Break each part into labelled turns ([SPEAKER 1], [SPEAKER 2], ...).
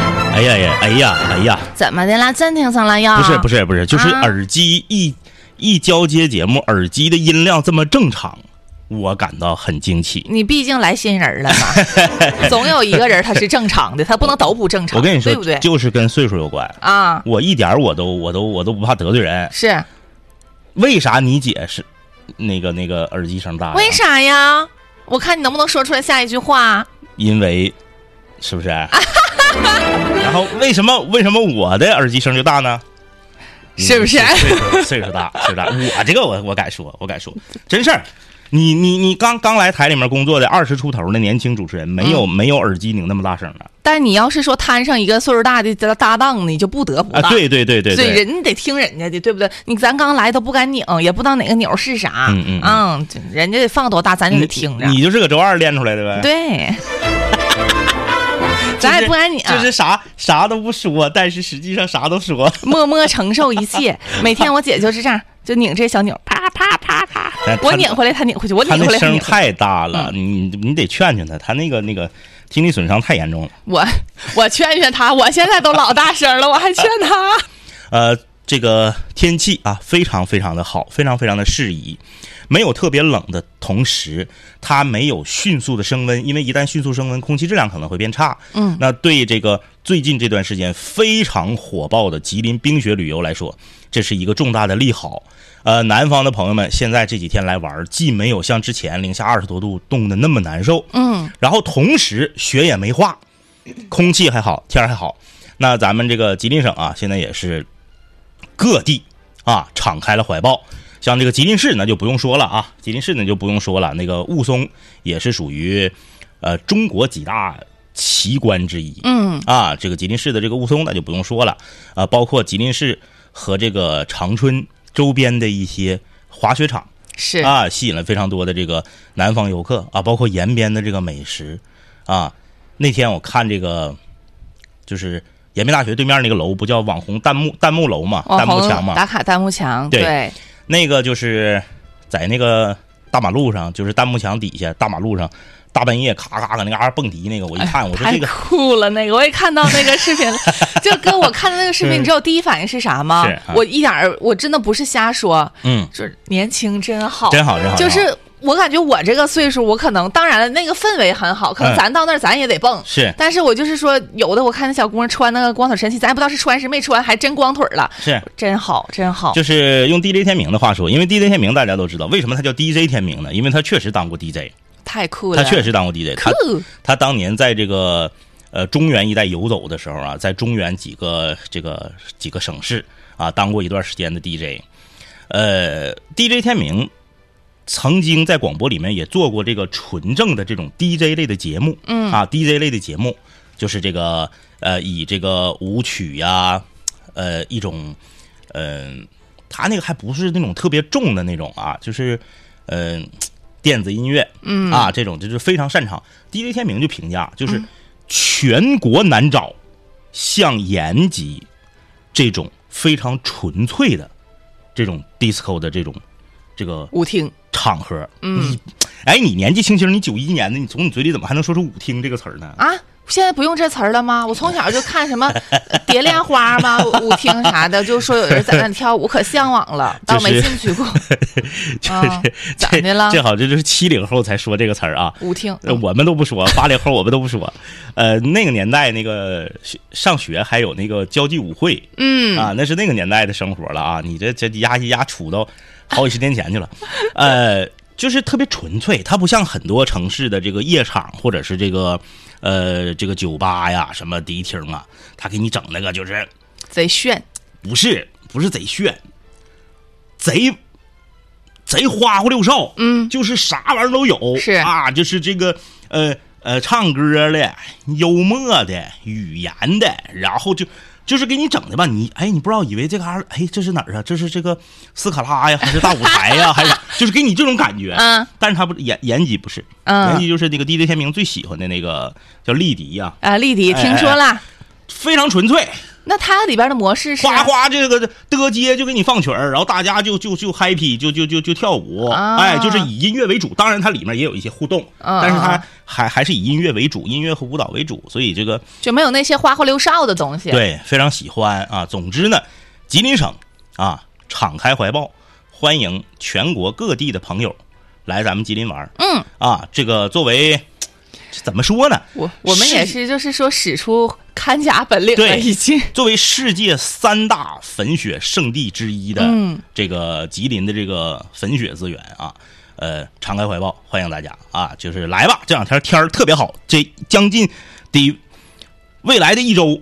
[SPEAKER 1] 哎呀呀，哎呀，哎呀，
[SPEAKER 2] 怎么的啦？真听上了呀？
[SPEAKER 1] 不是不是不是，就是
[SPEAKER 2] 啊
[SPEAKER 1] 耳机一、一交接节目，耳机的音量这么正常，我感到很惊奇。
[SPEAKER 2] 你毕竟来新人了嘛， 总有一个人他是正常的，他不能都不正常，
[SPEAKER 1] 我跟你说，
[SPEAKER 2] 对不对？
[SPEAKER 1] 就是跟岁数有关。
[SPEAKER 2] 啊，
[SPEAKER 1] 我一点儿我都我都我都不怕得罪人，
[SPEAKER 2] 是
[SPEAKER 1] 为啥你姐是那个那个耳机声大呀？
[SPEAKER 2] 为啥呀？我看你能不能说出来下一句话？
[SPEAKER 1] 因为是 不是？然后为什么为什么我的耳机声就大呢？
[SPEAKER 2] 是不是
[SPEAKER 1] 因为岁数岁数大，岁 数大。我这个我我敢说，我敢说，真事儿。你你你刚刚来台里面工作的二十出头的年轻主持人，没
[SPEAKER 2] 嗯
[SPEAKER 1] 有、没有耳机拧那么大声的
[SPEAKER 2] 但你要是说摊上一个岁数大的搭搭档，你就不得不
[SPEAKER 1] 啊！
[SPEAKER 2] 大。
[SPEAKER 1] 对对对对
[SPEAKER 2] 所以
[SPEAKER 1] 对，
[SPEAKER 2] 人得听人家的，对不对？你咱刚来都不敢拧，也不知道哪个钮是啥，
[SPEAKER 1] 嗯嗯
[SPEAKER 2] 嗯，这人家放多大，咱就得听着。
[SPEAKER 1] 你你就是搁周二练出来的呗？
[SPEAKER 2] 对，咱也不啊敢拧，
[SPEAKER 1] 就是啥啥都不说，但是实际上啥都 说。
[SPEAKER 2] 默默承受一切。每天我姐就是这样，就拧这小钮，啪啪啪啪
[SPEAKER 1] 哎，她
[SPEAKER 2] 我拧回来，她拧回去，我拧
[SPEAKER 1] 他
[SPEAKER 2] 回
[SPEAKER 1] 那
[SPEAKER 2] 来，她
[SPEAKER 1] 声
[SPEAKER 2] 拧回来。嗯
[SPEAKER 1] 太大了，你你得劝劝他，他那个那个听力损伤太严重了。
[SPEAKER 2] 我我劝劝她，我现在都老大声了，我还劝她。
[SPEAKER 1] 呃，这个天气啊，非常非常的好，非常非常的适宜，没有特别冷的同时，它没有迅速的升温，因为一旦迅速升温，空气质量可能会变差。
[SPEAKER 2] 嗯，
[SPEAKER 1] 那对这个最近这段时间非常火爆的吉林冰雪旅游来说，这是一个重大的利好。呃，南方的朋友们现在这几天来玩儿，既没有像之前零下二十多度冻得那么难受，
[SPEAKER 2] 嗯，
[SPEAKER 1] 然后同时雪也没化，空气还好，天儿还好。那咱们这个吉林省啊，现在也是各地啊敞开了怀抱。像这个吉林市那就不用说了啊，吉林市那就不用说了，那个雾凇也是属于呃中国几大奇观之一。
[SPEAKER 2] 嗯
[SPEAKER 1] 啊，这个吉林市的这个雾凇那就不用说了，啊，包括吉林市和这个长春周边的一些滑雪场
[SPEAKER 2] 是
[SPEAKER 1] 啊，吸引了非常多的这个南方游客啊，包括延边的这个美食啊。那天我看这个，就是延边大学对面那个楼，不叫网红弹幕弹幕楼嘛，
[SPEAKER 2] 网
[SPEAKER 1] 弹幕墙
[SPEAKER 2] 红
[SPEAKER 1] 嘛，
[SPEAKER 2] 打卡弹幕墙，
[SPEAKER 1] 对
[SPEAKER 2] 对，
[SPEAKER 1] 那个就是在那个大马路上，就是弹幕墙底下大马路上，大半夜咔咔搁那嘎、蹦迪那个，
[SPEAKER 2] 哎
[SPEAKER 1] 我一看，我说
[SPEAKER 2] 太
[SPEAKER 1] 这个
[SPEAKER 2] 酷了，那个我也看到那个视 频了，就跟我看到那个视频，你知道我第一反应是啥吗
[SPEAKER 1] 是啊？
[SPEAKER 2] 我一点儿，我真的不是瞎说，
[SPEAKER 1] 嗯，
[SPEAKER 2] 就是年轻真好，
[SPEAKER 1] 真好真啊好，
[SPEAKER 2] 就
[SPEAKER 1] 真好
[SPEAKER 2] 是我感觉我这个岁数，我可能当然了，那个氛围很好，可能
[SPEAKER 1] 嗯
[SPEAKER 2] 咱到那儿咱也得蹦。
[SPEAKER 1] 是
[SPEAKER 2] 但是我就是说，有的我看那小姑娘穿那个光腿神器，咱也不知道是穿是没穿，还真光腿儿了，
[SPEAKER 1] 是。
[SPEAKER 2] 真好，真好。
[SPEAKER 1] 就是用 DJ 天明的话说，因为 DJ 天明大家都知道，为什么他叫 DJ 天明呢？因为他确实当过 DJ，
[SPEAKER 2] 太酷了，
[SPEAKER 1] 他确实当过 DJ。他
[SPEAKER 2] 酷，
[SPEAKER 1] 他当年在这个呃中原一带游走的时候啊，在中原几个这个几个省市啊当过一段时间的 DJ。呃，DJ 天明曾经在广播里面也做过这个纯正的这种 DJ 类的节目，嗯啊，DJ 类的节目就是这个呃以这个舞曲呀、呃一种嗯、他那个还不是那种特别重的那种啊，就是嗯、电子音乐，嗯啊这种就是非常擅长。DJ 天明就评价就是全国难找像延吉这种非常纯粹的这种 disco 的这种这个
[SPEAKER 2] 舞厅
[SPEAKER 1] 场合，嗯，哎，你年纪轻轻，你九一年的，你从你嘴里怎么还能说出舞厅这个词儿呢？
[SPEAKER 2] 啊。现在不用这词儿了吗？我从小就看什么呃蝶恋花嘛、舞舞厅啥的，就说有人在那里跳舞，可向往了，
[SPEAKER 1] 就
[SPEAKER 2] 倒
[SPEAKER 1] 是
[SPEAKER 2] 没进 去过。啊，咋的了？嗯
[SPEAKER 1] 这好，这就是七零后才说这个词儿啊。
[SPEAKER 2] 舞厅，
[SPEAKER 1] 呃我们都不说，八零后我们都不说，呃，那个年代那个学上学还有那个交际舞会，
[SPEAKER 2] 嗯，
[SPEAKER 1] 啊，那是那个年代的生活了啊！你这这压一压杵到好几十年前 去了，呃，就是特别纯粹，它不像很多城市的这个夜场或者是这个呃这个酒吧呀、什么迪厅啊，他给你整那个就是
[SPEAKER 2] 贼炫，
[SPEAKER 1] 不是不是贼炫，贼贼花花六哨，
[SPEAKER 2] 嗯，
[SPEAKER 1] 就是啥玩意儿都有，
[SPEAKER 2] 是
[SPEAKER 1] 啊，就是这个呃呃唱歌的、幽默的、语言的，然后就就是给你整的吧，你哎你不知道以为这嘎、儿哎这是哪儿啊？这是这个斯卡拉呀，还是大舞台呀，还是就是给你这种感觉，
[SPEAKER 2] 嗯
[SPEAKER 1] 但是他不是延延吉不是，
[SPEAKER 2] 嗯
[SPEAKER 1] 延吉就是那个 DJ 天明最喜欢的那个叫丽迪呀、
[SPEAKER 2] 啊，丽迪
[SPEAKER 1] 哎
[SPEAKER 2] 听说了，
[SPEAKER 1] 非常纯粹，
[SPEAKER 2] 那它里边的模式是
[SPEAKER 1] 哗哗这个的街就给你放曲儿，然后大家就就就 happy 就就就就跳舞，
[SPEAKER 2] 啊
[SPEAKER 1] 哎，就是以音乐为主。当然它里面也有一些互动，
[SPEAKER 2] 嗯
[SPEAKER 1] 但是它
[SPEAKER 2] 嗯
[SPEAKER 1] 还还是以音乐为主，音乐和舞蹈为主，所以这个
[SPEAKER 2] 就没有那些花花六哨的东西。
[SPEAKER 1] 对非常喜欢啊。总之呢，吉林省啊敞开怀抱，欢迎全国各地的朋友来咱们吉林玩儿
[SPEAKER 2] 嗯，
[SPEAKER 1] 啊。这个作为这怎么说呢？
[SPEAKER 2] 我我们也是，就是说使出看家本领了，
[SPEAKER 1] 对
[SPEAKER 2] 已经。
[SPEAKER 1] 作为世界三大粉雪圣地之一的
[SPEAKER 2] 嗯
[SPEAKER 1] 这个吉林的这个粉雪资源啊，呃，敞开怀抱，欢迎大家啊，就是来吧，这两天天儿特别好，这将近得未来的一周。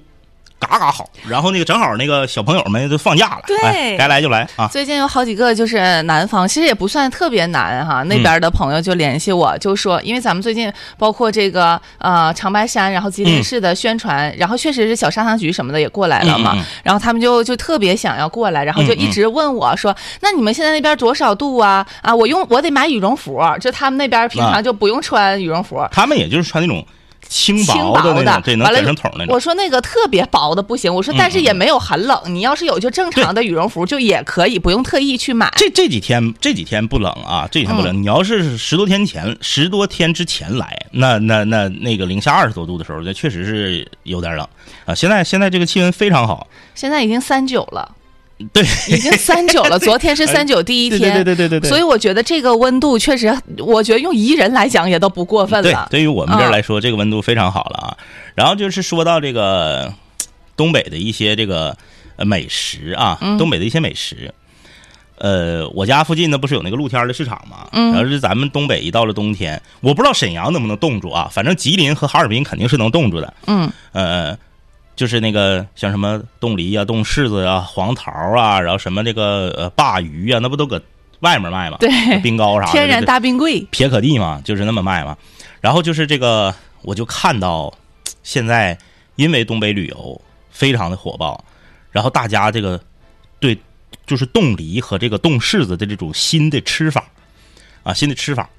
[SPEAKER 1] 嘎嘎好，然后那个正好那个小朋友们都放假了，
[SPEAKER 2] 对
[SPEAKER 1] 哎该来就来啊，
[SPEAKER 2] 最近有好几个就是南方，其实也不算特别难哈，
[SPEAKER 1] 嗯
[SPEAKER 2] 那边的朋友就联系我，就说，因为咱们最近包括这个呃长白山，然后吉
[SPEAKER 1] 嗯
[SPEAKER 2] 林市的宣传，然后确实是小砂糖橘什么的也过来了嘛，
[SPEAKER 1] 嗯嗯嗯嗯
[SPEAKER 2] 然后他们就就特别想要过来，然后就一直问我说，那你们现在那边多少度啊？啊，我用我得买羽绒服，就他们那边平常就不用穿羽绒服。
[SPEAKER 1] 他们也就是穿那种轻
[SPEAKER 2] 轻
[SPEAKER 1] 薄
[SPEAKER 2] 薄
[SPEAKER 1] 的那种，对，能嗯
[SPEAKER 2] 完了
[SPEAKER 1] 卷成筒那种
[SPEAKER 2] 我。说那个特别薄的不行，我说但是也没有很冷，你要是有就正常的羽绒服就也可以，不用特意去买。
[SPEAKER 1] 这这几天这几天不冷啊，这几天不
[SPEAKER 2] 嗯
[SPEAKER 1] 冷。你要是十多天前十多天之前来，那那那那个零下二十多度的时候，那确实是有点冷啊。现在现在这个气温非常好，
[SPEAKER 2] 现在已经三九了，
[SPEAKER 1] 对，哎
[SPEAKER 2] 已经三九 了。昨天是三九第一
[SPEAKER 1] 对
[SPEAKER 2] 天，
[SPEAKER 1] 对对对对对对。
[SPEAKER 2] 所以我觉得这个温度确实，我觉得用宜人来讲也都不过分
[SPEAKER 1] 对
[SPEAKER 2] 了，。嗯
[SPEAKER 1] 对于我们这儿来说，这个温度非常好了啊。然后就是说到这个东北的一些这个呃美食啊，
[SPEAKER 2] 嗯
[SPEAKER 1] 东北的一些美食。呃，我家附近呢不是有那个露天儿的市场嘛，
[SPEAKER 2] 嗯
[SPEAKER 1] 然后是咱们东北一到了冬天，我不知道沈阳能不能冻住啊，反正吉林和哈尔滨肯定是能冻住的。
[SPEAKER 2] 嗯，
[SPEAKER 1] 呃，就是那个像什么冻梨啊、冻柿子啊、黄桃啊，然后什么这个呃鲅鱼啊，那不都搁外面卖吗？
[SPEAKER 2] 对，
[SPEAKER 1] 冰糕啥的，
[SPEAKER 2] 天然
[SPEAKER 1] 这
[SPEAKER 2] 大冰柜，
[SPEAKER 1] 撇可地嘛，就是那么卖嘛。然后就是这个，我就看到现在因为东北旅游非常的火爆，然后大家这个对就是冻梨和这个冻柿子的这种新的吃法啊，新的吃法，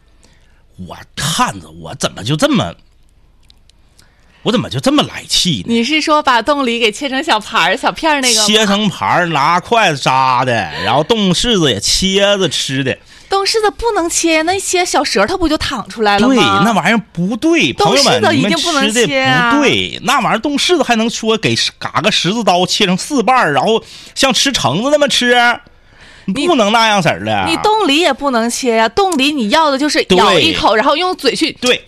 [SPEAKER 1] 我看着我怎么就这么，我怎么就这么来气呢？
[SPEAKER 2] 你是说把冻梨给切成小盘儿、小片儿那个吗
[SPEAKER 1] 切成盘儿，拿筷子扎的，然后冻柿子也切着吃的，
[SPEAKER 2] 冻柿子不能切，那切小舌头不就淌出来了吗？
[SPEAKER 1] 对，那玩意儿不对，
[SPEAKER 2] 冻
[SPEAKER 1] 朋友
[SPEAKER 2] 柿子
[SPEAKER 1] 们，你
[SPEAKER 2] 一
[SPEAKER 1] 们
[SPEAKER 2] 定不能
[SPEAKER 1] 吃的
[SPEAKER 2] 切啊
[SPEAKER 1] 不对，那玩意儿冻柿子还能说给嘎个十字刀切成四瓣儿，然后像吃橙子那么吃，
[SPEAKER 2] 你
[SPEAKER 1] 不能那样式儿的。
[SPEAKER 2] 你冻梨也不能切呀、冻梨你要的就是咬
[SPEAKER 1] 啊对
[SPEAKER 2] 一口，然后用嘴去
[SPEAKER 1] 对，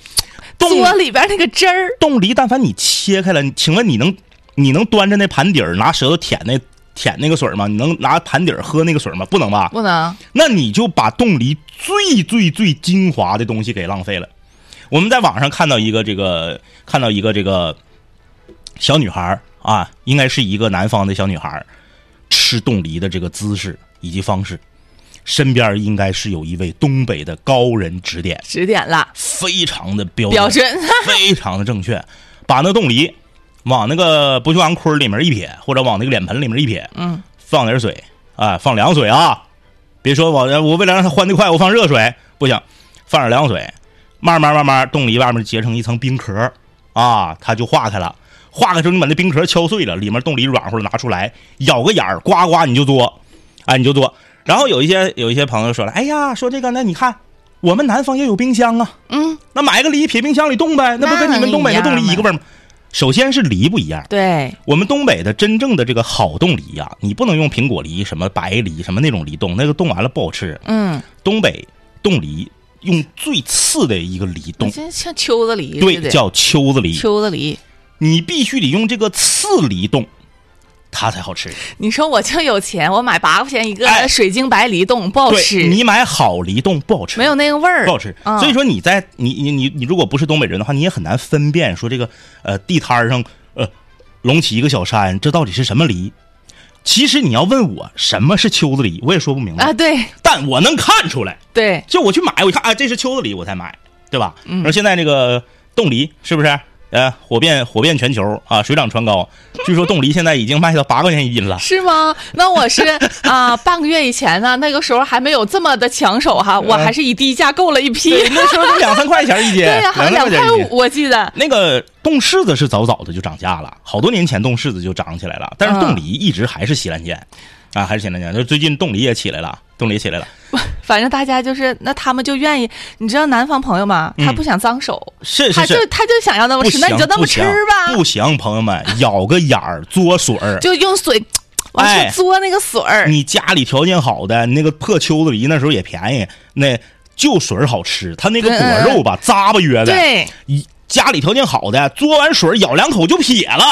[SPEAKER 1] 冻
[SPEAKER 2] 嘬里边那个汁儿。
[SPEAKER 1] 冻梨，但凡你切开了，你请问你能你能端着那盘底儿拿舌头舔那舔那个水儿吗？你能拿盘底儿喝那个水儿吗？不能吧？
[SPEAKER 2] 不能，
[SPEAKER 1] 那你就把冻梨最最最精华的东西给浪费了。我们在网上看到一个这个，看到一个这个小女孩儿啊，应该是一个南方的小女孩儿，吃冻梨的这个姿势以及方式，身边儿应该是有一位东北的高人指点，
[SPEAKER 2] 指点了，
[SPEAKER 1] 非常的标准，
[SPEAKER 2] 标准。
[SPEAKER 1] 非常的正确，把那冻梨往那个不锈钢盔里面一撇，或者往那个脸盆里面一撇，
[SPEAKER 2] 嗯，
[SPEAKER 1] 放点水啊，放凉水啊，别说往我为了让它欢得快，我放热水不行，放点凉水，慢慢慢慢冻梨外面结成一层冰壳啊，它就化开了。化开之后，你把那冰壳敲碎了，里面冻梨软乎的拿出来，咬个眼儿，呱呱你就嘬，哎你就嘬。然后有一些有一些朋友说了，哎呀，说这个那你看我们南方也有冰箱啊，
[SPEAKER 2] 嗯，
[SPEAKER 1] 那买个梨撇冰箱里冻呗，那不跟你们东北的冻梨一个啊味儿吗？首先是梨不一样，
[SPEAKER 2] 对，
[SPEAKER 1] 我们东北的真正的这个好冻梨呀、你不能用苹果梨、什么白梨、什么那种梨冻，那个冻完了不好吃。
[SPEAKER 2] 嗯，
[SPEAKER 1] 东北冻梨用最次的一个梨冻，
[SPEAKER 2] 像像秋子梨似
[SPEAKER 1] 对，
[SPEAKER 2] 的，
[SPEAKER 1] 叫秋子梨，
[SPEAKER 2] 秋子梨。
[SPEAKER 1] 你必须得用这个次梨冻，它才好吃。
[SPEAKER 2] 你说我就有钱，我买八块钱一个
[SPEAKER 1] 哎
[SPEAKER 2] 水晶白梨冻，不好
[SPEAKER 1] 对
[SPEAKER 2] 吃，
[SPEAKER 1] 你买好梨冻不好吃，
[SPEAKER 2] 没有那个味儿，
[SPEAKER 1] 不好吃。
[SPEAKER 2] 嗯
[SPEAKER 1] 所以说你在你你你你如果不是东北人的话，你也很难分辨说这个呃地摊儿上呃隆起一个小山，这到底是什么梨？其实你要问我什么是秋子梨，我也说不明白，
[SPEAKER 2] 啊，对
[SPEAKER 1] 但我能看出来。
[SPEAKER 2] 对，
[SPEAKER 1] 就我去买，我一看，啊，这是秋子梨，我才买，对吧？嗯。而现在这个冻梨是不是呃，火遍火遍全球啊，水涨船高。据说冻梨现在已经卖到八块钱一 斤了。
[SPEAKER 2] 是吗？那 我是啊、半个月以前呢，那个时候还没有这么的抢手哈，我还是以低价购了一批。
[SPEAKER 1] 嗯对，那时候都两三块钱一斤，
[SPEAKER 2] 对呀、好像
[SPEAKER 1] 两
[SPEAKER 2] 两
[SPEAKER 1] 三块钱
[SPEAKER 2] 块
[SPEAKER 1] 一斤。
[SPEAKER 2] 五，我记得。
[SPEAKER 1] 那个冻柿子是早早的就涨价了，好多年前冻柿子就涨起来了，但是冻梨一直还是稀烂贱，啊，还是稀烂贱。就最近冻梨也起来了，冻梨也起来了。
[SPEAKER 2] 反正大家就是，那他们就愿意，你知道南方朋友吗？他不想脏手，
[SPEAKER 1] 嗯是
[SPEAKER 2] 他
[SPEAKER 1] 是，
[SPEAKER 2] 就是他就想要那么
[SPEAKER 1] 不
[SPEAKER 2] 吃，那
[SPEAKER 1] 行
[SPEAKER 2] 你就那么
[SPEAKER 1] 不
[SPEAKER 2] 吃
[SPEAKER 1] 行
[SPEAKER 2] 吧，
[SPEAKER 1] 不行，朋友们，舀个眼儿嘬水儿。
[SPEAKER 2] 就用水往
[SPEAKER 1] 哎
[SPEAKER 2] 出嘬那个水儿。
[SPEAKER 1] 你家里条件好的，你那个破秋子梨那时候也便宜，那就水儿好吃，它那个果肉吧，咂巴约的。
[SPEAKER 2] 对，
[SPEAKER 1] 一家里条件好的，嘬完水儿咬两口就撇了，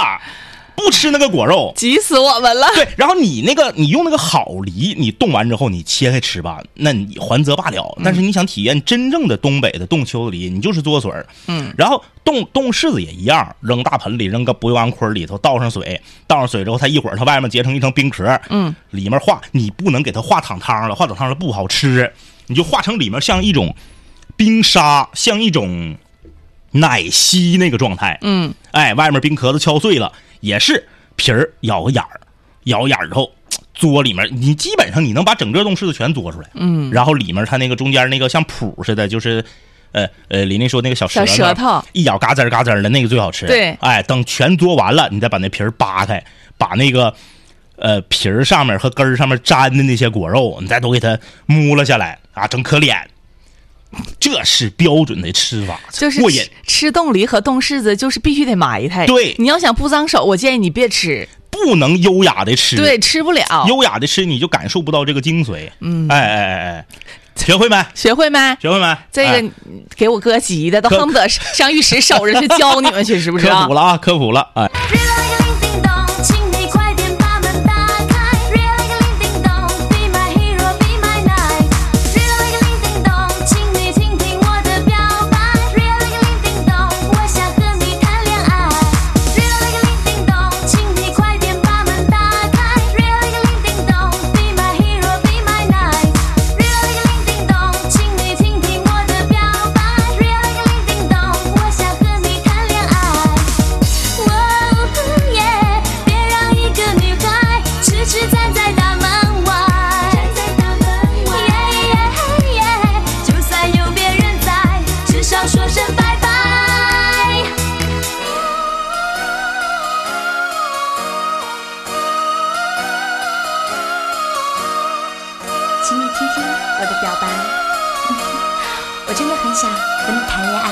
[SPEAKER 1] 不吃那个果肉。
[SPEAKER 2] 急死我们了。
[SPEAKER 1] 对，然后你那个你用那个好梨，你冻完之后你切开吃吧，那你还则罢了。但是你想体验真正的东北的冻秋子梨，你就是嘬水儿。
[SPEAKER 2] 嗯，
[SPEAKER 1] 然后冻冻柿子也一样，扔大盆里，扔个不锈钢盔里头，倒上水，倒上水之后，它一会儿它外面结成一层冰壳，
[SPEAKER 2] 嗯，
[SPEAKER 1] 里面化，你不能给它化淌汤了，化淌汤了不好吃，你就化成里面像一种冰沙，像一种奶昔那个状态，
[SPEAKER 2] 嗯，
[SPEAKER 1] 哎，外面冰壳子敲碎了，也是皮儿咬个眼儿，咬眼儿之后。嘬里面，你基本上你能把整个冻柿子全嘬出来，嗯，然后里面它那个中间那个像脯似的，就是，呃呃，琳琳说那个小舌头，
[SPEAKER 2] 小舌头，
[SPEAKER 1] 一咬嘎吱儿嘎吱儿的那个最好吃。
[SPEAKER 2] 对
[SPEAKER 1] 哎，等全嘬完了，你再把那皮儿扒开，把那个呃皮儿上面和根儿上面粘的那些果肉，你再都给它摸了下来啊，整可脸。这是标准的吃法，
[SPEAKER 2] 就是
[SPEAKER 1] 过瘾
[SPEAKER 2] 吃。吃冻梨和冻柿子，就是必须得埋汰。
[SPEAKER 1] 对
[SPEAKER 2] 你要想不脏手，我建议你别吃，
[SPEAKER 1] 不能优雅的吃，
[SPEAKER 2] 对，吃不了。
[SPEAKER 1] 优雅的吃你就感受不到这个精髓。嗯，哎哎哎哎，学会没？
[SPEAKER 2] 学会没？
[SPEAKER 1] 学会没？
[SPEAKER 2] 这
[SPEAKER 1] 哎
[SPEAKER 2] 个给我哥急的，都
[SPEAKER 1] 可
[SPEAKER 2] 恨不得上浴池守 着去教你们去，是不是
[SPEAKER 1] 科
[SPEAKER 2] 啊
[SPEAKER 1] 普？了啊，科普了，哎。
[SPEAKER 3] 瑞来个铃叮咚，请你快点把门打开。瑞来个铃叮咚，Be my hero, be my night。瑞来个铃叮咚，请你听听我的表白。瑞来个铃叮咚，我想和你谈恋爱。瑞来个铃叮咚，请你快点把门打开。瑞来个铃叮咚，Be my hero, be my night。瑞来个铃叮咚，请你听听我的表白。瑞来个铃叮咚，我想和你谈恋爱。哦耶！别让一个女孩痴痴站在大门外。耶耶耶！就算有别人在，至少说声拜拜。
[SPEAKER 4] 请你听听我的表白， 我真的很想和你谈恋爱。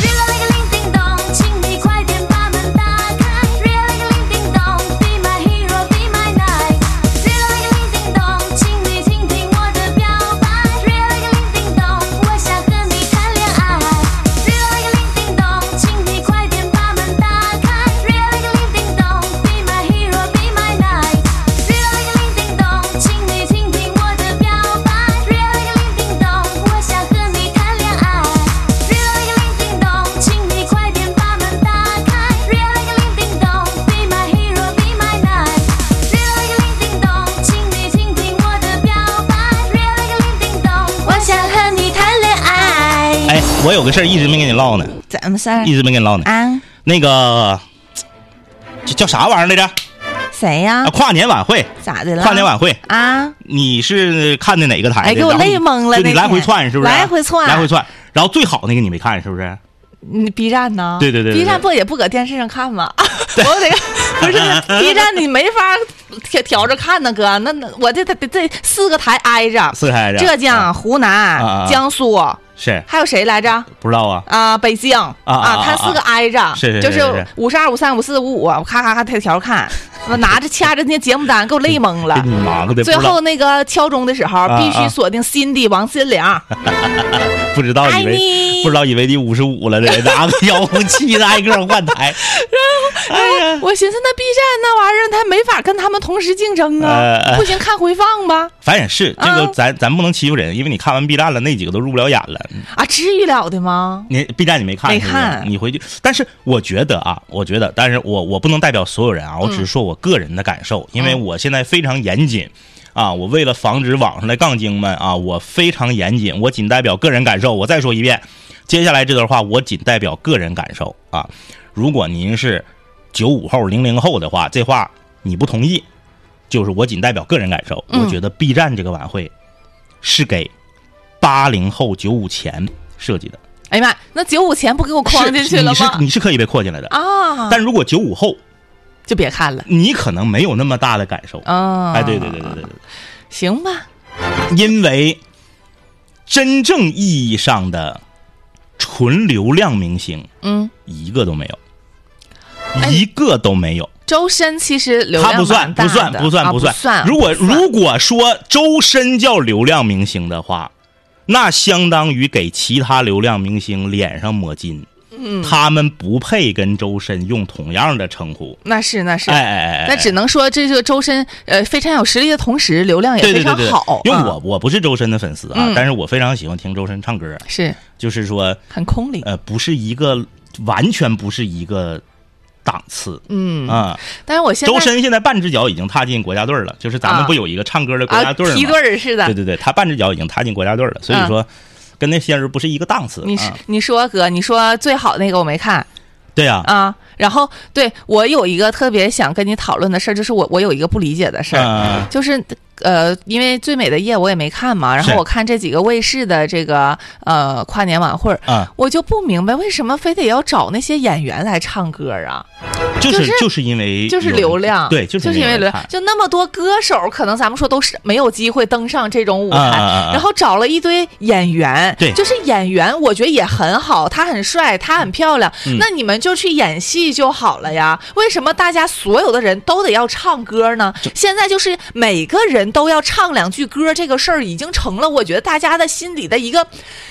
[SPEAKER 3] 瑞来个铃叮咚，请你快点把门打开。瑞来个铃叮咚，Be my hero, be my night。瑞来个铃叮咚，请你听听我的表白。瑞来个铃叮咚，我想和你谈恋爱。瑞来个铃叮咚，请你快点把门打开。瑞来个铃叮咚，Be my hero, be my night。瑞来个铃叮咚，请你听听我的表白。瑞来个铃叮咚，我想和你谈恋爱。瑞来个铃叮咚，请你快点把门打开。瑞来个铃叮咚，Be my hero, be my night。瑞来个铃叮咚，请你听听我的表白。瑞来个铃叮咚，我想和你谈恋爱。
[SPEAKER 1] 哎，我有个事儿一直没跟你唠呢，
[SPEAKER 2] 咱们仨
[SPEAKER 1] 一直没跟你唠呢。
[SPEAKER 2] 啊，
[SPEAKER 1] 那个，这叫啥玩意儿来着？
[SPEAKER 2] 谁呀
[SPEAKER 1] 啊，跨年晚会，
[SPEAKER 2] 咋的了？
[SPEAKER 1] 跨年晚会，
[SPEAKER 2] 啊，
[SPEAKER 1] 你是看的哪个台的？
[SPEAKER 2] 哎给我
[SPEAKER 1] 然后
[SPEAKER 2] 累懵了
[SPEAKER 1] 就你
[SPEAKER 2] 那
[SPEAKER 1] 来回
[SPEAKER 2] 天
[SPEAKER 1] 窜是不是？
[SPEAKER 2] 来回窜
[SPEAKER 1] 来回窜。然后最好那个你没看是不是？
[SPEAKER 2] 嗯，B 站呢？
[SPEAKER 1] 对对对对对
[SPEAKER 2] b 站不也不搁电视上看吗？ 我得 不是 B 站，你没法调调着看呢，哥，那那我这得得这四个台挨着，
[SPEAKER 1] 四开着。
[SPEAKER 2] 浙江、
[SPEAKER 1] 啊
[SPEAKER 2] 湖南、
[SPEAKER 1] 啊啊
[SPEAKER 2] 江苏，
[SPEAKER 1] 是
[SPEAKER 2] 还有谁来着？
[SPEAKER 1] 不知道啊？
[SPEAKER 2] 啊、北京啊
[SPEAKER 1] 啊
[SPEAKER 2] 它四个挨着，
[SPEAKER 1] 是是是
[SPEAKER 2] 就是
[SPEAKER 1] 是
[SPEAKER 2] 五十二、五三、五四、五五，我咔咔咔条条看，我拿着掐着那节目单，给我累懵了
[SPEAKER 1] 给。你忙的，不知
[SPEAKER 2] 最
[SPEAKER 1] 道
[SPEAKER 2] 后那个敲钟的时候，
[SPEAKER 1] 啊
[SPEAKER 2] 必
[SPEAKER 1] 啊
[SPEAKER 2] 须锁定 Cindy 王 心凌，
[SPEAKER 1] 不知道
[SPEAKER 2] 爱
[SPEAKER 1] 以为
[SPEAKER 2] 你
[SPEAKER 1] 不知。道以为你五十五了呢，拿个遥控器的挨个换台。
[SPEAKER 2] 我寻思那 B 站那玩意儿，他没法跟他们同时竞争
[SPEAKER 1] 呃
[SPEAKER 2] 啊，
[SPEAKER 1] 呃
[SPEAKER 2] 不行看回放吧。
[SPEAKER 1] 反正是这个
[SPEAKER 2] 啊，
[SPEAKER 1] 咱咱不能欺负人，因为你看完 B 站了，那几个都入不了眼了。
[SPEAKER 2] 啊，至于了的吗？
[SPEAKER 1] 你 B 站你没看？
[SPEAKER 2] 没
[SPEAKER 1] 是不是
[SPEAKER 2] 看
[SPEAKER 1] 你回去。但是我觉得啊，我觉得，但是我我不能代表所有人
[SPEAKER 2] 嗯
[SPEAKER 1] 啊，我只是说我个人的感受，因为我现在非常严谨啊，我为了防止网上的杠精们啊，我非常严谨，我仅代表个人感受。我再说一遍，接下来这段话我仅代表个人感受啊。如果您是九五后、零零后的话，这话你不同意，就是我仅代表个人感受。
[SPEAKER 2] 嗯
[SPEAKER 1] 我觉得 B 站这个晚会是给八零后、九五前设计的，
[SPEAKER 2] 哎呀妈，那九五前不给我框进去
[SPEAKER 1] 是你
[SPEAKER 2] 了
[SPEAKER 1] 是
[SPEAKER 2] 吗？
[SPEAKER 1] 你是可以被扩进来的。
[SPEAKER 2] 啊，
[SPEAKER 1] 但如果九五后，
[SPEAKER 2] 就别看了。
[SPEAKER 1] 你可能没有那么大的感受。
[SPEAKER 2] 啊，
[SPEAKER 1] 哎，对对对对对，对，
[SPEAKER 2] 行吧，
[SPEAKER 1] 因为真正意义上的纯流量明星
[SPEAKER 2] 嗯，
[SPEAKER 1] 一个都没有，
[SPEAKER 2] 哎
[SPEAKER 1] 一个都没有。
[SPEAKER 2] 周深其实流
[SPEAKER 1] 他
[SPEAKER 2] 量
[SPEAKER 1] 不算，
[SPEAKER 2] 蛮大
[SPEAKER 1] 不
[SPEAKER 2] 的
[SPEAKER 1] 算，不算，
[SPEAKER 2] 啊
[SPEAKER 1] 不
[SPEAKER 2] 不算。
[SPEAKER 1] 如果
[SPEAKER 2] 不算
[SPEAKER 1] 如果说周深叫流量明星的话，那相当于给其他流量明星脸上抹金。嗯，他们不配跟周深用同样的称呼。
[SPEAKER 2] 那是那是
[SPEAKER 1] 哎，哎哎哎，
[SPEAKER 2] 那只能说这个周深呃非常有实力的同时，流量也
[SPEAKER 1] 对对对
[SPEAKER 2] 非常
[SPEAKER 1] 对，
[SPEAKER 2] 好。
[SPEAKER 1] 因为
[SPEAKER 2] 啊
[SPEAKER 1] 我我不是周深的粉丝啊
[SPEAKER 2] 嗯，
[SPEAKER 1] 但是我非常喜欢听周深唱歌，
[SPEAKER 2] 是
[SPEAKER 1] 就是说
[SPEAKER 2] 很空灵，
[SPEAKER 1] 呃，不是一个完全不是一个档次。嗯啊，
[SPEAKER 2] 但是我现在
[SPEAKER 1] 周深现在半只脚已经踏进国家队了，就是咱们
[SPEAKER 2] 啊
[SPEAKER 1] 不有一个唱歌的国
[SPEAKER 2] 啊
[SPEAKER 1] 家队儿吗？
[SPEAKER 2] 梯队儿似的
[SPEAKER 1] 对。对对，他半只脚已经踏进国家队了，所以
[SPEAKER 2] 嗯
[SPEAKER 1] 说跟那些人不是一个档次。
[SPEAKER 2] 你是
[SPEAKER 1] 啊
[SPEAKER 2] 你说哥，你说最好那个我没看，
[SPEAKER 1] 对啊，
[SPEAKER 2] 啊，然后对我有一个特别想跟你讨论的事儿，就是我我有一个不理解的事儿，
[SPEAKER 1] 嗯
[SPEAKER 2] 就是呃，因为《最美的夜》我也没看嘛，然
[SPEAKER 1] 是
[SPEAKER 2] 后我看这几个卫视的这个呃跨年晚会儿，
[SPEAKER 1] 啊，
[SPEAKER 2] 我就不明白为什么非得要找那些演员来唱歌啊，
[SPEAKER 1] 就
[SPEAKER 2] 就是是
[SPEAKER 1] 就是因为
[SPEAKER 2] 就是
[SPEAKER 1] 有
[SPEAKER 2] 流量，
[SPEAKER 1] 对，
[SPEAKER 2] 就是因为流
[SPEAKER 1] 看
[SPEAKER 2] 量，就那么多歌手，可能咱们说都是没有机会登上这种舞台，
[SPEAKER 1] 啊啊啊啊
[SPEAKER 2] 然后找了一堆演员，
[SPEAKER 1] 对
[SPEAKER 2] 就是演员，我觉得也很好，他很帅，他很漂亮，
[SPEAKER 1] 嗯
[SPEAKER 2] 那你们就去演戏就好了呀。为什么大家所有的人都得要唱歌呢？现在就是每个人都要唱两句歌，这个事儿已经成了我觉得大家的心里的一个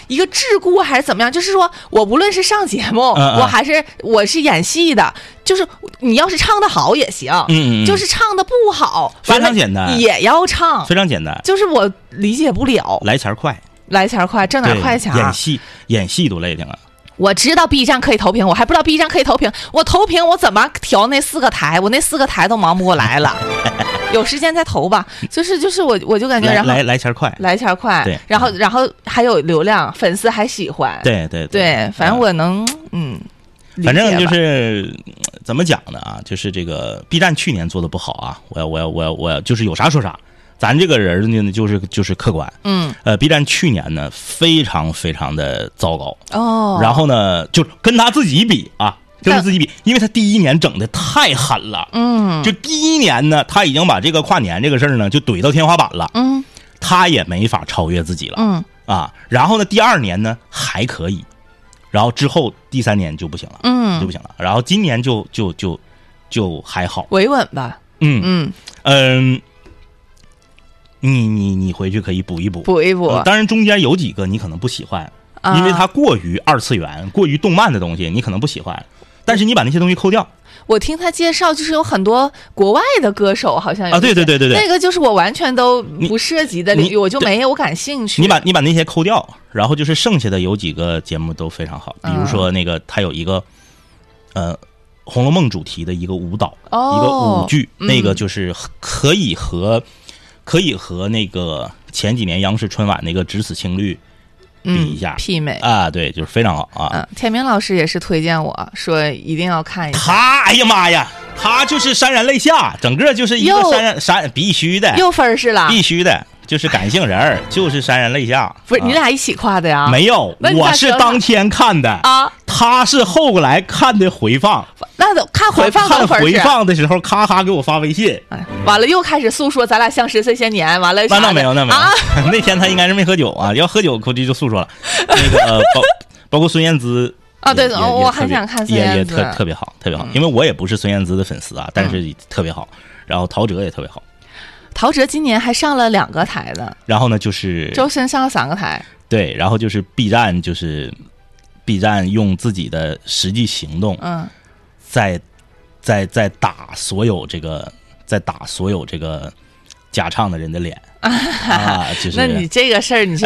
[SPEAKER 2] 一个桎梏，还是怎么样？就是说我无论是上节目，
[SPEAKER 1] 嗯嗯
[SPEAKER 2] 我还是我是演戏的，就是你要是唱的好也行，
[SPEAKER 1] 嗯嗯嗯
[SPEAKER 2] 就是唱的不好，
[SPEAKER 1] 非常
[SPEAKER 2] 完了
[SPEAKER 1] 简单
[SPEAKER 2] 也要唱。
[SPEAKER 1] 非常简单，
[SPEAKER 2] 就是我理解不了，
[SPEAKER 1] 来钱儿快，
[SPEAKER 2] 来钱儿快，挣点
[SPEAKER 1] 对
[SPEAKER 2] 快钱啊儿。
[SPEAKER 1] 演戏演戏多累挺啊！
[SPEAKER 2] 我知道 B 站可以投屏，我还不知道 B 站可以投屏。我投屏，我怎么调那四个台？我那四个台都忙不 过来了。有时间再投吧。就是就是我我就感觉，
[SPEAKER 1] 来
[SPEAKER 2] 然后
[SPEAKER 1] 来来钱儿快，
[SPEAKER 2] 来钱儿
[SPEAKER 1] 对
[SPEAKER 2] 快，然后然后还有流量，粉丝还喜欢。
[SPEAKER 1] 对对
[SPEAKER 2] 对，反正
[SPEAKER 1] 嗯
[SPEAKER 2] 我能嗯，理
[SPEAKER 1] 反正
[SPEAKER 2] 解
[SPEAKER 1] 就
[SPEAKER 2] 吧
[SPEAKER 1] 是呃怎么讲呢啊，就是这个 B 站去年做的不好啊，我要我要我要我要就是有啥说啥，咱这个人呢就是就是客观，
[SPEAKER 2] 嗯
[SPEAKER 1] 呃，B 站去年呢非常非常的糟糕，
[SPEAKER 2] 哦，
[SPEAKER 1] 然后呢就跟他自己比啊，跟他自己比，因为他第一年整的太狠了，
[SPEAKER 2] 嗯
[SPEAKER 1] 就第一年呢他已经把这个跨年这个事儿呢就怼到天花板了，
[SPEAKER 2] 嗯
[SPEAKER 1] 他也没法超越自己了，
[SPEAKER 2] 嗯
[SPEAKER 1] 啊，然后呢，第二年呢还可以，然后之后第三年就不行了，就
[SPEAKER 2] 嗯
[SPEAKER 1] 不，行了，然后今年就就就就还好，
[SPEAKER 2] 维稳吧，
[SPEAKER 1] 嗯
[SPEAKER 2] 嗯，
[SPEAKER 1] 嗯，你你你回去可以补一补，
[SPEAKER 2] 补一补
[SPEAKER 1] 呃，当然中间有几个你可能不喜欢，
[SPEAKER 2] 啊
[SPEAKER 1] 因为它过于二次元、过于动漫的东西，你可能不喜欢。但是你把那些东西抠掉
[SPEAKER 2] 我听他介绍，就是有很多国外的歌手，好像有
[SPEAKER 1] 啊，对
[SPEAKER 2] 一些
[SPEAKER 1] 对对对
[SPEAKER 2] 哎
[SPEAKER 1] 对，
[SPEAKER 2] 那个就是我完全都不涉及的领
[SPEAKER 1] 你
[SPEAKER 2] 域，我就没有感兴趣。
[SPEAKER 1] 你把你把那些抠掉，然后就是剩下的有几个节目都非常好，比如
[SPEAKER 2] 嗯
[SPEAKER 1] 说那个它有一个呃《红楼梦》主题的一个舞蹈，一个
[SPEAKER 2] 哦
[SPEAKER 1] 舞剧，那个
[SPEAKER 2] 嗯
[SPEAKER 1] 就是可以和可以和那个前几年央视春晚那个《只此青绿比一下
[SPEAKER 2] 嗯、媲美。
[SPEAKER 1] 啊，对，就是非常好啊。
[SPEAKER 2] 嗯，天明老师也是推荐我说一定要看一下，
[SPEAKER 1] 他，哎呀妈呀，他就是潸然泪下，整个就是一个
[SPEAKER 2] 又
[SPEAKER 1] 潸然潸，必须的，
[SPEAKER 2] 又啊分儿是啦，
[SPEAKER 1] 必须的，就是感性人儿，就是潸然泪下。
[SPEAKER 2] 不是你
[SPEAKER 1] 啊、
[SPEAKER 2] 俩一起夸的呀？
[SPEAKER 1] 没有，
[SPEAKER 2] 那你咋
[SPEAKER 1] 我是
[SPEAKER 2] 知道
[SPEAKER 1] 当天看的，
[SPEAKER 2] 啊，
[SPEAKER 1] 他是后来看的回放，
[SPEAKER 2] 那都看回放
[SPEAKER 1] 他看
[SPEAKER 2] 都分儿
[SPEAKER 1] 回
[SPEAKER 2] 是。
[SPEAKER 1] 放的时候，咔咔给我发微信。
[SPEAKER 2] 哎，完了又开始诉说咱俩相识这些年，完了啥
[SPEAKER 1] 那
[SPEAKER 2] 的
[SPEAKER 1] 那没有，那没有。
[SPEAKER 2] 啊，
[SPEAKER 1] 那天他应该是没喝酒啊，要喝酒估计就诉说了。 那个呃包包括孙燕姿
[SPEAKER 2] 啊
[SPEAKER 1] 也
[SPEAKER 2] 对
[SPEAKER 1] 也
[SPEAKER 2] 哦
[SPEAKER 1] 也
[SPEAKER 2] 我
[SPEAKER 1] 特
[SPEAKER 2] 还
[SPEAKER 1] 别
[SPEAKER 2] 想看孙
[SPEAKER 1] 也也
[SPEAKER 2] 燕
[SPEAKER 1] 特
[SPEAKER 2] 姿嗯
[SPEAKER 1] 特别好，特别好，因为我也不是孙燕姿的粉丝啊，但是特别好。然后陶喆也特别好，
[SPEAKER 2] 陶喆今年还上了两个台呢，
[SPEAKER 1] 然后呢就是
[SPEAKER 2] 周深上了三个台，
[SPEAKER 1] 对，然后就是 B 站就是 B 站用自己的实际行动
[SPEAKER 2] 嗯，
[SPEAKER 1] 在在在打所有这个在打所有这个假唱的人的 脸啊，就是
[SPEAKER 2] 那你这个事儿，你是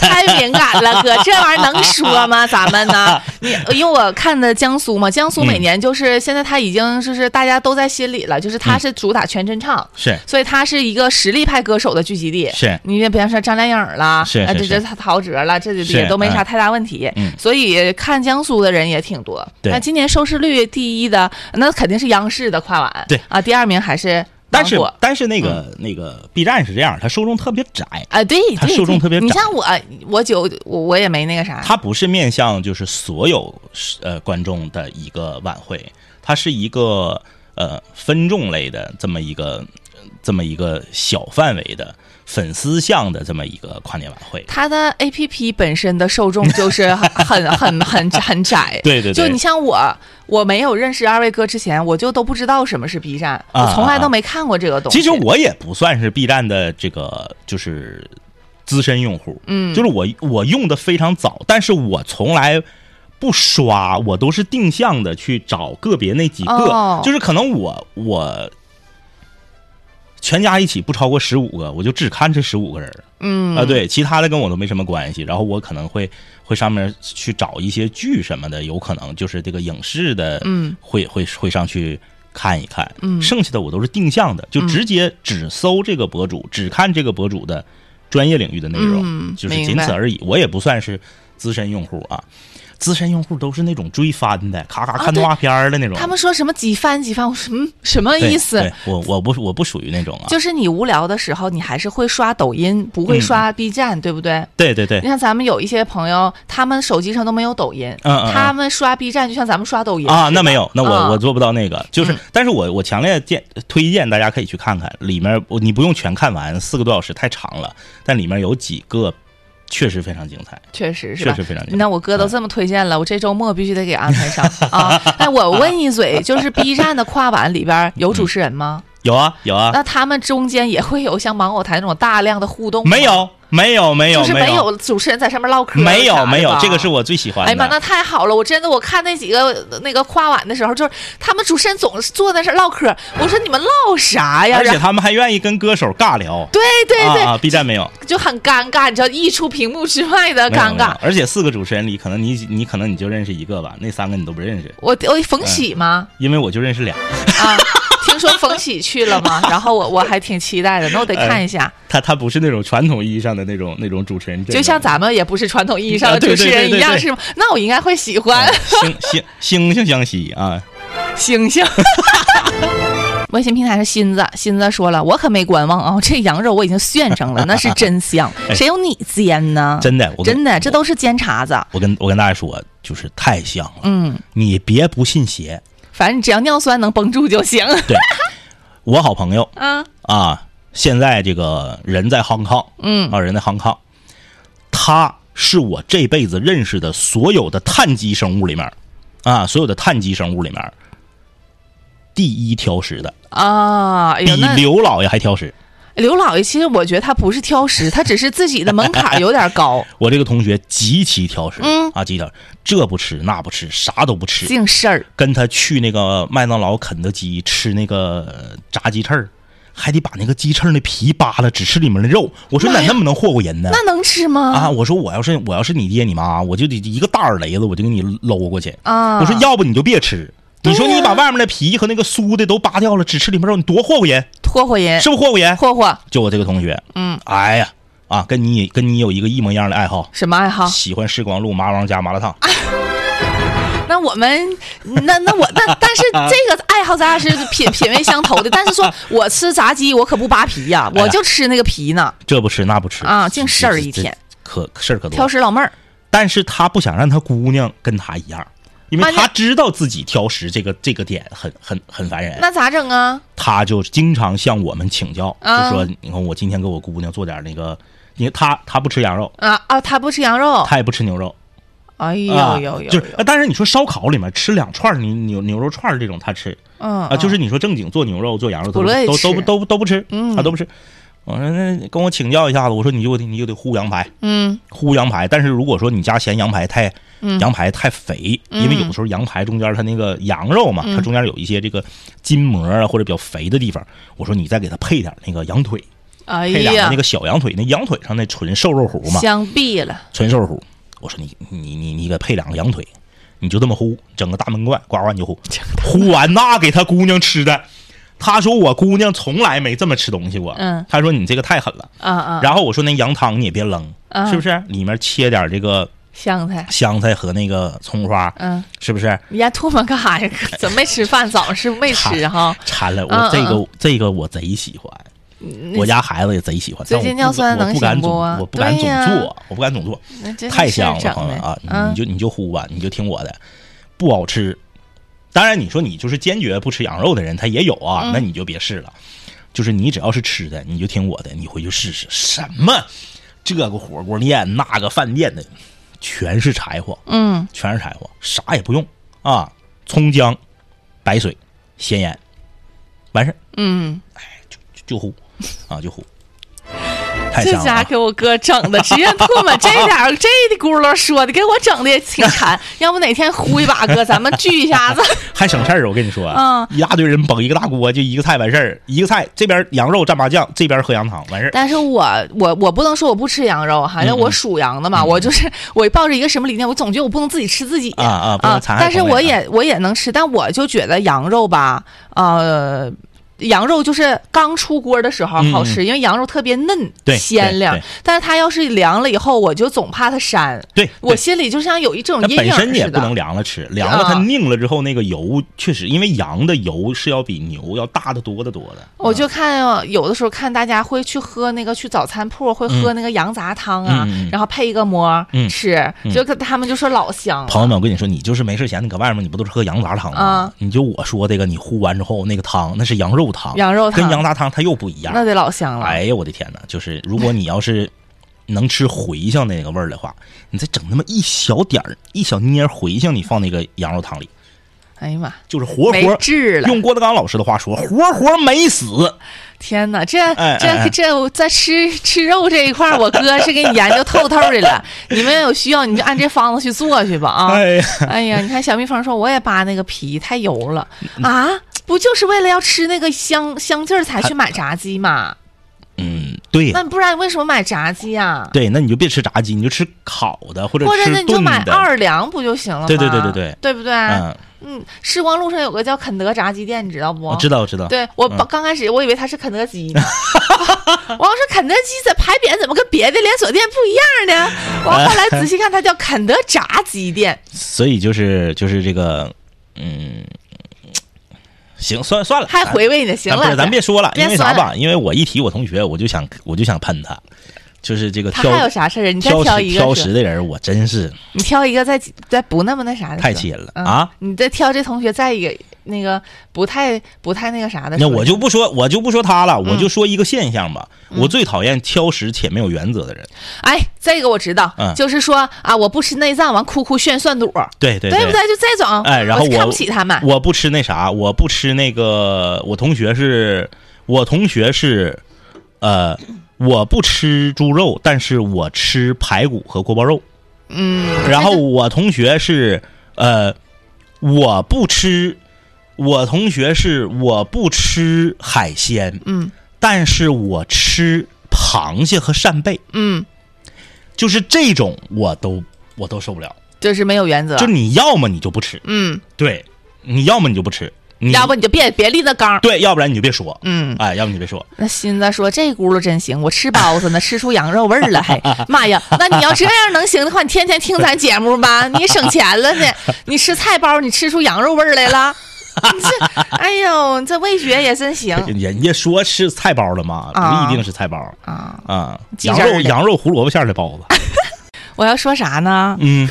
[SPEAKER 2] 太敏 感了，哥，这玩意儿能说吗？咱们呢？你因为我看的江苏嘛，江苏
[SPEAKER 1] 嗯
[SPEAKER 2] 每年就是、现在他已经就是大家都在心里了，就是
[SPEAKER 1] 嗯
[SPEAKER 2] 他是主打全真唱。
[SPEAKER 1] 是
[SPEAKER 2] 所以他是一个实力派歌手的聚集地，
[SPEAKER 1] 是
[SPEAKER 2] 你比方说张靓颖儿啦，
[SPEAKER 1] 是
[SPEAKER 2] 啊
[SPEAKER 1] 是
[SPEAKER 2] 这
[SPEAKER 1] 是
[SPEAKER 2] 这陶喆啦，这
[SPEAKER 1] 是
[SPEAKER 2] 也都没啥太大问题
[SPEAKER 1] 嗯，
[SPEAKER 2] 所以看江苏的人也挺多。
[SPEAKER 1] 对
[SPEAKER 2] 那今年收视率第一的，那肯定是央视的跨晚，
[SPEAKER 1] 对
[SPEAKER 2] 啊，第二名还是
[SPEAKER 1] 但是
[SPEAKER 2] 芒果
[SPEAKER 1] 但是那个、那个 B 站是这样，它受众特别窄，
[SPEAKER 2] 啊，对，
[SPEAKER 1] 它
[SPEAKER 2] 对
[SPEAKER 1] 受众
[SPEAKER 2] 对
[SPEAKER 1] 特别
[SPEAKER 2] 你
[SPEAKER 1] 窄
[SPEAKER 2] 像我，啊我九我我也没那个啥，
[SPEAKER 1] 它不是面向就是所有呃观众的一个晚会，它是一个呃分众类的这么一个呃这么一个小范围的粉丝向的这么一个跨年晚会。
[SPEAKER 2] 它的 A P P 本身的受众就是很很很很很窄。
[SPEAKER 1] 对对对
[SPEAKER 2] 就你像我，我没有认识二位哥之前，我就都不知道什么是 B 站，
[SPEAKER 1] 啊
[SPEAKER 2] 我从来都没看过这个东西。
[SPEAKER 1] 其实我也不算是 B 站的这个就是资深用户，嗯，就是我我用的非常早，但是我从来。不刷，我都是定向的去找个别那几个，
[SPEAKER 2] 哦
[SPEAKER 1] 就是可能我我全家一起不超过十五个，我就只看这十五个人儿，
[SPEAKER 2] 嗯
[SPEAKER 1] 啊，对，其他的跟我都没什么关系。然后我可能会会上面去找一些剧什么的，有可能就是这个影视的，
[SPEAKER 2] 嗯，
[SPEAKER 1] 会会会上去看一看，嗯，剩下的我都是定向的，
[SPEAKER 2] 嗯
[SPEAKER 1] 就直接只搜这个博主，只看这个博主的专业领域的内容，
[SPEAKER 2] 嗯
[SPEAKER 1] 就是
[SPEAKER 2] 明
[SPEAKER 1] 仅
[SPEAKER 2] 白
[SPEAKER 1] 此而已。我也不算是资深用户啊。资深用户都是那种追番的，咔咔看动画片儿的那种。
[SPEAKER 2] 啊他们说什么几番几番，我说嗯什么
[SPEAKER 1] 对
[SPEAKER 2] 意思
[SPEAKER 1] 对？我我不我不属于那种啊。
[SPEAKER 2] 就是你无聊的时候，你还是会刷抖音，不会刷 B 站，对不对？
[SPEAKER 1] 对对嗯对
[SPEAKER 2] 你，看咱们有一些朋友，他们手机上都没有抖音，
[SPEAKER 1] 嗯嗯嗯
[SPEAKER 2] 他们刷 B 站就像咱们刷抖音
[SPEAKER 1] 啊，那没有，那我、
[SPEAKER 2] 啊嗯
[SPEAKER 1] 我做不到那个，就是，但是我我强烈建推荐大家可以去看看，里面我你不用全看完，四个多小时太长了，但里面有几个确实非常精彩，
[SPEAKER 2] 确实是
[SPEAKER 1] 确
[SPEAKER 2] 吧？
[SPEAKER 1] 实非常精彩。嗯
[SPEAKER 2] 那我哥都这么推荐了，我这周末必须得给安排 上啊！哎，我问一嘴，就是 B 站的跨晚里边有主持人吗？
[SPEAKER 1] 有啊有啊，
[SPEAKER 2] 那他们中间也会有像芒果台那种大量的互动吗？
[SPEAKER 1] 没，有没有没有
[SPEAKER 2] 就是
[SPEAKER 1] 没
[SPEAKER 2] 没
[SPEAKER 1] 有
[SPEAKER 2] 有主持人在上面唠嗑，
[SPEAKER 1] 没有没有，这个是
[SPEAKER 2] 我。
[SPEAKER 1] 我最喜欢的。
[SPEAKER 2] 哎呀妈，那太好了！我真的，我看那几个呃那个跨晚的时候，就是他们主持人总是坐在那儿唠嗑，我说你们唠啥呀？
[SPEAKER 1] 而且
[SPEAKER 2] 然后
[SPEAKER 1] 他们还愿意跟歌手尬聊，
[SPEAKER 2] 对对对，
[SPEAKER 1] 啊啊，B 站没有。
[SPEAKER 2] 就很尴尬，你知道，溢出屏幕之外的
[SPEAKER 1] 没有
[SPEAKER 2] 尴
[SPEAKER 1] 没有
[SPEAKER 2] 尬。
[SPEAKER 1] 而且四个主持人里，可能你你可能你就认识一个吧，那三个你都不认识，
[SPEAKER 2] 我我
[SPEAKER 1] 嗯
[SPEAKER 2] 冯喜吗？
[SPEAKER 1] 因为我就认识俩。
[SPEAKER 2] 啊，听说冯喜去了 吗？然后我我还挺期待的，那我得
[SPEAKER 1] 哎
[SPEAKER 2] 看一下。
[SPEAKER 1] 他他不是那种传统意义上的那种那种主持人阵容，
[SPEAKER 2] 就像咱们也不是传统意义上
[SPEAKER 1] 啊
[SPEAKER 2] 的
[SPEAKER 1] 对
[SPEAKER 2] 主持
[SPEAKER 1] 对
[SPEAKER 2] 人
[SPEAKER 1] 对
[SPEAKER 2] 一样，
[SPEAKER 1] 对
[SPEAKER 2] 是吗？那我应该会喜欢
[SPEAKER 1] 啊惺惺惺惺相惜啊！
[SPEAKER 2] 星星。微信平台是新子，新子说了，我可没观望啊、这羊肉我已经炫 上了，那是真香，
[SPEAKER 1] 哎
[SPEAKER 2] 谁有你煎呢？
[SPEAKER 1] 真的，我跟
[SPEAKER 2] 啊真的，这都是煎碴子。
[SPEAKER 1] 我跟我跟大家说，就是太香了。
[SPEAKER 2] 嗯，
[SPEAKER 1] 你别不信邪，
[SPEAKER 2] 反正只要尿酸能绷住就行。
[SPEAKER 1] 我好朋友
[SPEAKER 2] 啊，
[SPEAKER 1] 啊，现在这个人在 Hong Kong，
[SPEAKER 2] 嗯
[SPEAKER 1] 啊，人在 Hong Kong，他是我这辈子认识的所有的碳基生物里面，啊，所有的碳基生物里面。第一挑食的，
[SPEAKER 2] 啊，哎
[SPEAKER 1] 比
[SPEAKER 2] 呦，那
[SPEAKER 1] 刘老爷还挑食。
[SPEAKER 2] 刘老爷其实我觉得他不是挑食，他只是自己的门槛有点 高，
[SPEAKER 1] 我这个同学极其挑食，
[SPEAKER 2] 嗯
[SPEAKER 1] 啊，极其挑食，这不吃那不吃，啥都不吃，
[SPEAKER 2] 净事儿。
[SPEAKER 1] 跟他去那个麦当劳、肯德基吃那个呃炸鸡翅儿，还得把那个鸡翅儿的皮扒了，只吃里面的肉。我说你咋那么能霍霍人呢？
[SPEAKER 2] 那能吃吗？
[SPEAKER 1] 啊！我说我要是我要是你爹你妈，我就得一个大耳雷子，我就给你搂过去。
[SPEAKER 2] 啊
[SPEAKER 1] 我说要不你就别吃。你说
[SPEAKER 2] 对呀
[SPEAKER 1] 你把外面的皮和那个酥的都扒掉了，只吃里面肉，你多霍霍人，
[SPEAKER 2] 霍霍人，
[SPEAKER 1] 是不是霍霍人？
[SPEAKER 2] 霍霍
[SPEAKER 1] 就我这个同学，嗯，哎呀，啊，跟你跟你有一个一模一样的爱好，
[SPEAKER 2] 什么爱好？
[SPEAKER 1] 喜欢时光路麻王家麻辣烫。
[SPEAKER 2] 那我们 那那我那但是
[SPEAKER 1] 啊
[SPEAKER 2] 这个爱好咱俩是品品味相投的，但是说我吃炸鸡我可不扒皮呀、
[SPEAKER 1] 哎呀
[SPEAKER 2] 我就吃那个皮呢。
[SPEAKER 1] 这不吃那不吃
[SPEAKER 2] 啊净事儿一天，
[SPEAKER 1] 这这可事儿可多。
[SPEAKER 2] 挑食老妹儿，
[SPEAKER 1] 但是他不想让他姑娘跟他一样，因
[SPEAKER 2] 啊
[SPEAKER 1] 为
[SPEAKER 2] 那
[SPEAKER 1] 他知道自己挑食这个这个点很很很烦人，
[SPEAKER 2] 那咋整啊？
[SPEAKER 1] 他就经常向我们请教，
[SPEAKER 2] 啊
[SPEAKER 1] 就说你看我今天给我姑娘做点那个，因为他他不吃羊肉，
[SPEAKER 2] 啊啊，他不吃羊肉，
[SPEAKER 1] 他也不吃牛肉，
[SPEAKER 2] 哎呦
[SPEAKER 1] 啊
[SPEAKER 2] 呦呦呦，
[SPEAKER 1] 就是，呃但是你说烧烤里面吃两串牛牛牛肉串儿这种他吃
[SPEAKER 2] 嗯
[SPEAKER 1] 啊，就是你说正经做牛肉做羊肉
[SPEAKER 2] 不
[SPEAKER 1] 都
[SPEAKER 2] 乐意
[SPEAKER 1] 都
[SPEAKER 2] 吃嗯
[SPEAKER 1] 都都都不吃，他都不吃。我说那你跟我请教一下子，我说你就得你就得烀羊排，
[SPEAKER 2] 嗯
[SPEAKER 1] 烀羊排，但是如果说你家嫌羊排太、羊排太肥，
[SPEAKER 2] 嗯
[SPEAKER 1] 因为有的时候羊排中间它那个羊肉嘛，它中间有一些这个筋膜啊或者比较肥的地方，我说你再给它配点那个羊腿，
[SPEAKER 2] 哎
[SPEAKER 1] 配两个
[SPEAKER 2] 呀
[SPEAKER 1] 那，个小羊腿，那羊腿上那纯瘦肉糊嘛，
[SPEAKER 2] 香毙了，
[SPEAKER 1] 纯瘦肉糊。我说你你你你给配两个羊腿，你就这么呼，整个大闷罐，呱呱你就 呼，呼完那给他姑娘吃的。他说我姑娘从来没这么吃东西过，
[SPEAKER 2] 嗯
[SPEAKER 1] 他说你这个太狠了。
[SPEAKER 2] 啊啊，
[SPEAKER 1] 然后我说那羊汤你也别扔，
[SPEAKER 2] 嗯
[SPEAKER 1] 是不是？里面切点这个
[SPEAKER 2] 香菜，
[SPEAKER 1] 香菜和那个葱花，
[SPEAKER 2] 嗯，
[SPEAKER 1] 是不是？
[SPEAKER 2] 你丫吐沫干啥呀？怎么没吃饭？早上是没吃哈？
[SPEAKER 1] 馋了，
[SPEAKER 2] 嗯
[SPEAKER 1] 我这个这个我贼喜欢，我家孩子也贼喜欢，
[SPEAKER 2] 最
[SPEAKER 1] 但我
[SPEAKER 2] 近
[SPEAKER 1] 不
[SPEAKER 2] 尿酸能
[SPEAKER 1] 我不敢
[SPEAKER 2] 行不
[SPEAKER 1] 总
[SPEAKER 2] 啊
[SPEAKER 1] 我不敢
[SPEAKER 2] 对
[SPEAKER 1] 总
[SPEAKER 2] 呀
[SPEAKER 1] 做，我不敢总做，
[SPEAKER 2] 那真是
[SPEAKER 1] 太
[SPEAKER 2] 事儿
[SPEAKER 1] 香了，
[SPEAKER 2] 整
[SPEAKER 1] 朋友们
[SPEAKER 2] 的
[SPEAKER 1] 啊！
[SPEAKER 2] 嗯
[SPEAKER 1] 你就你就呼吧，你就听我的，不好吃。当然，你说你就是坚决不吃羊肉的人，他也有
[SPEAKER 2] 嗯
[SPEAKER 1] 啊，那你就别试了。就是你只要是吃的，你就听我的，你回去试试。什么这个火锅店、那个饭店的，全是柴火，
[SPEAKER 2] 嗯，
[SPEAKER 1] 全是柴火，啥也不用啊，葱姜、白水、咸盐，完事儿哎
[SPEAKER 2] 嗯，
[SPEAKER 1] 就就呼啊，就呼，太
[SPEAKER 2] 这
[SPEAKER 1] 香了、
[SPEAKER 2] 家
[SPEAKER 1] 啊。
[SPEAKER 2] 给我哥整的，直接吐沫，这点儿这的轱辘说的，给我整的也挺馋。要不哪天呼一把哥，咱们聚一下子。
[SPEAKER 1] 还省事儿，我跟你说，
[SPEAKER 2] 啊
[SPEAKER 1] 一大堆人捧一个大锅，就一个菜完事儿，一个菜这边羊肉蘸麻酱，这边喝羊汤完事儿。
[SPEAKER 2] 但是我我我不能说我不吃羊肉啊哈，因为
[SPEAKER 1] 嗯
[SPEAKER 2] 我属羊的嘛，我就是我抱着一个什么理念，我总觉得我不能自己吃自己
[SPEAKER 1] 啊啊不能残害
[SPEAKER 2] 但是
[SPEAKER 1] 同类
[SPEAKER 2] 我也我也能吃，但我就觉得羊肉吧，呃。羊肉就是刚出锅的时候好吃，因为羊肉特别嫩
[SPEAKER 1] 嗯对
[SPEAKER 2] 鲜亮
[SPEAKER 1] 对对，
[SPEAKER 2] 但是它要是凉了以后，我就总怕它膻。
[SPEAKER 1] 对，
[SPEAKER 2] 我
[SPEAKER 1] 对
[SPEAKER 2] 心里就像有一这种
[SPEAKER 1] 它
[SPEAKER 2] 阴影
[SPEAKER 1] 本身也
[SPEAKER 2] 似
[SPEAKER 1] 不能
[SPEAKER 2] 的。
[SPEAKER 1] 凉了吃，凉了它
[SPEAKER 2] 啊
[SPEAKER 1] 拧了之后，那个油确实，因为羊的油是要比牛要大得多得多的。
[SPEAKER 2] 我就看有的时候看大家会去喝那个去早餐铺会喝那个羊杂汤啊，
[SPEAKER 1] 嗯嗯嗯
[SPEAKER 2] 然后配一个馍
[SPEAKER 1] 嗯
[SPEAKER 2] 吃，
[SPEAKER 1] 嗯
[SPEAKER 2] 就跟他们就说老香了。
[SPEAKER 1] 朋友们，我跟你说，你就是没事闲，你搁外面你不都是喝羊杂汤吗？
[SPEAKER 2] 啊
[SPEAKER 1] 你就我说这个，你呼完之后那个汤，那是羊肉汤，
[SPEAKER 2] 羊肉汤
[SPEAKER 1] 跟羊杂汤它又不一样。
[SPEAKER 2] 那得老香了。
[SPEAKER 1] 哎呀，我的天哪！就是如果你要是能吃茴香那个味儿的话，你再整那么一小点儿、一小捏儿茴香，你放那个羊肉汤里，
[SPEAKER 2] 哎呀妈，
[SPEAKER 1] 就是活
[SPEAKER 2] 没
[SPEAKER 1] 活。
[SPEAKER 2] 治了！啊
[SPEAKER 1] 用郭德纲老师的话说，活活没死。
[SPEAKER 2] 天哪，这
[SPEAKER 1] 哎
[SPEAKER 2] 这
[SPEAKER 1] 哎哎
[SPEAKER 2] 这我在吃吃肉这一块儿，我哥是给你研究透透的了。你们有需要，你就按这方子去做去吧啊！
[SPEAKER 1] 哎呀，
[SPEAKER 2] 哎呀，你看小蜜蜂说，我也扒那个皮太油了
[SPEAKER 1] 嗯
[SPEAKER 2] 啊，不就是为了要吃那个香香劲儿才去买炸鸡吗？
[SPEAKER 1] 嗯，对
[SPEAKER 2] 那不然为什么买炸鸡呀、
[SPEAKER 1] 对，那你就别吃炸鸡，你就吃烤的或者
[SPEAKER 2] 或者
[SPEAKER 1] 吃
[SPEAKER 2] 呢，你就
[SPEAKER 1] 炖
[SPEAKER 2] 买
[SPEAKER 1] 的。
[SPEAKER 2] 二两不就行了吗？
[SPEAKER 1] 对对对对对
[SPEAKER 2] 对不对？
[SPEAKER 1] 嗯，
[SPEAKER 2] 嗯，时光路上有个叫肯德炸鸡店，你知道不？
[SPEAKER 1] 我知道，我知道。
[SPEAKER 2] 对我
[SPEAKER 1] 嗯
[SPEAKER 2] 把刚开始我以为它是肯德基呢， 我要说肯德基这牌匾怎么跟别的连锁店不一样呢？我后来仔细看，它叫肯德炸鸡店。
[SPEAKER 1] 所以就是就是这个，嗯，行，算算了，
[SPEAKER 2] 还
[SPEAKER 1] 咱
[SPEAKER 2] 回味呢，行
[SPEAKER 1] 咱啊不
[SPEAKER 2] 了，
[SPEAKER 1] 是咱别说了，
[SPEAKER 2] 别
[SPEAKER 1] 因为啥
[SPEAKER 2] 酸了
[SPEAKER 1] 吧？因为我一提我同学，我就想我就想喷他，就是这个
[SPEAKER 2] 他
[SPEAKER 1] 挑
[SPEAKER 2] 还有啥事儿？啊你再
[SPEAKER 1] 挑
[SPEAKER 2] 挑
[SPEAKER 1] 食
[SPEAKER 2] 一个
[SPEAKER 1] 挑
[SPEAKER 2] 是
[SPEAKER 1] 食
[SPEAKER 2] 吧，
[SPEAKER 1] 的人，我真是
[SPEAKER 2] 你挑一个再再不那么那啥的，
[SPEAKER 1] 太
[SPEAKER 2] 气
[SPEAKER 1] 气人了啊！！
[SPEAKER 2] 你再挑这同学再一个那个不太不太那个啥的，
[SPEAKER 1] 那我就不说，我就不说他了，我
[SPEAKER 2] 嗯
[SPEAKER 1] 就说一个现象吧。我最讨厌挑食且没有原则的人。
[SPEAKER 2] 哎，这个我知道
[SPEAKER 1] 嗯，
[SPEAKER 2] 就是说啊，我不吃内脏，完哭哭炫涮肚儿，
[SPEAKER 1] 对对
[SPEAKER 2] 对不对？就这种，
[SPEAKER 1] 哎，然后
[SPEAKER 2] 我
[SPEAKER 1] 我
[SPEAKER 2] 就看不起他 们。
[SPEAKER 1] 我不吃那啥，我不吃那个。我同学是，我同学是，呃，我不吃猪肉，但是我吃排骨和锅包肉。
[SPEAKER 2] 嗯，
[SPEAKER 1] 然后我同学是，呃，我不吃，我同学是我不吃海鲜，
[SPEAKER 2] 嗯，
[SPEAKER 1] 但是我吃螃蟹和扇贝，
[SPEAKER 2] 嗯，
[SPEAKER 1] 就是这种我都我都受不了。
[SPEAKER 2] 就是没有原则
[SPEAKER 1] 就。你要么你就不吃，
[SPEAKER 2] 嗯，
[SPEAKER 1] 对，你要么你就不吃，你
[SPEAKER 2] 要不你就别别立那缸。
[SPEAKER 1] 对，要不然你就别说，
[SPEAKER 2] 嗯，
[SPEAKER 1] 哎，要不你别说，
[SPEAKER 2] 那新子说这轱辘真行，我吃包子呢，吃出羊肉味儿 了，还妈呀！那你要这样能行的话，你天天听咱节目吧，你省钱了呢。你吃菜包，你吃出羊肉味儿来了，你这，哎呦，你这味觉也真行
[SPEAKER 1] 人家说是菜包的嘛，
[SPEAKER 2] 啊
[SPEAKER 1] 不一定是菜包
[SPEAKER 2] 啊！
[SPEAKER 1] 啊，
[SPEAKER 2] 鸡
[SPEAKER 1] 羊
[SPEAKER 2] 汁儿
[SPEAKER 1] 肉
[SPEAKER 2] 的
[SPEAKER 1] 羊肉胡萝卜馅儿的包 子，
[SPEAKER 2] 我要说啥呢？
[SPEAKER 1] 嗯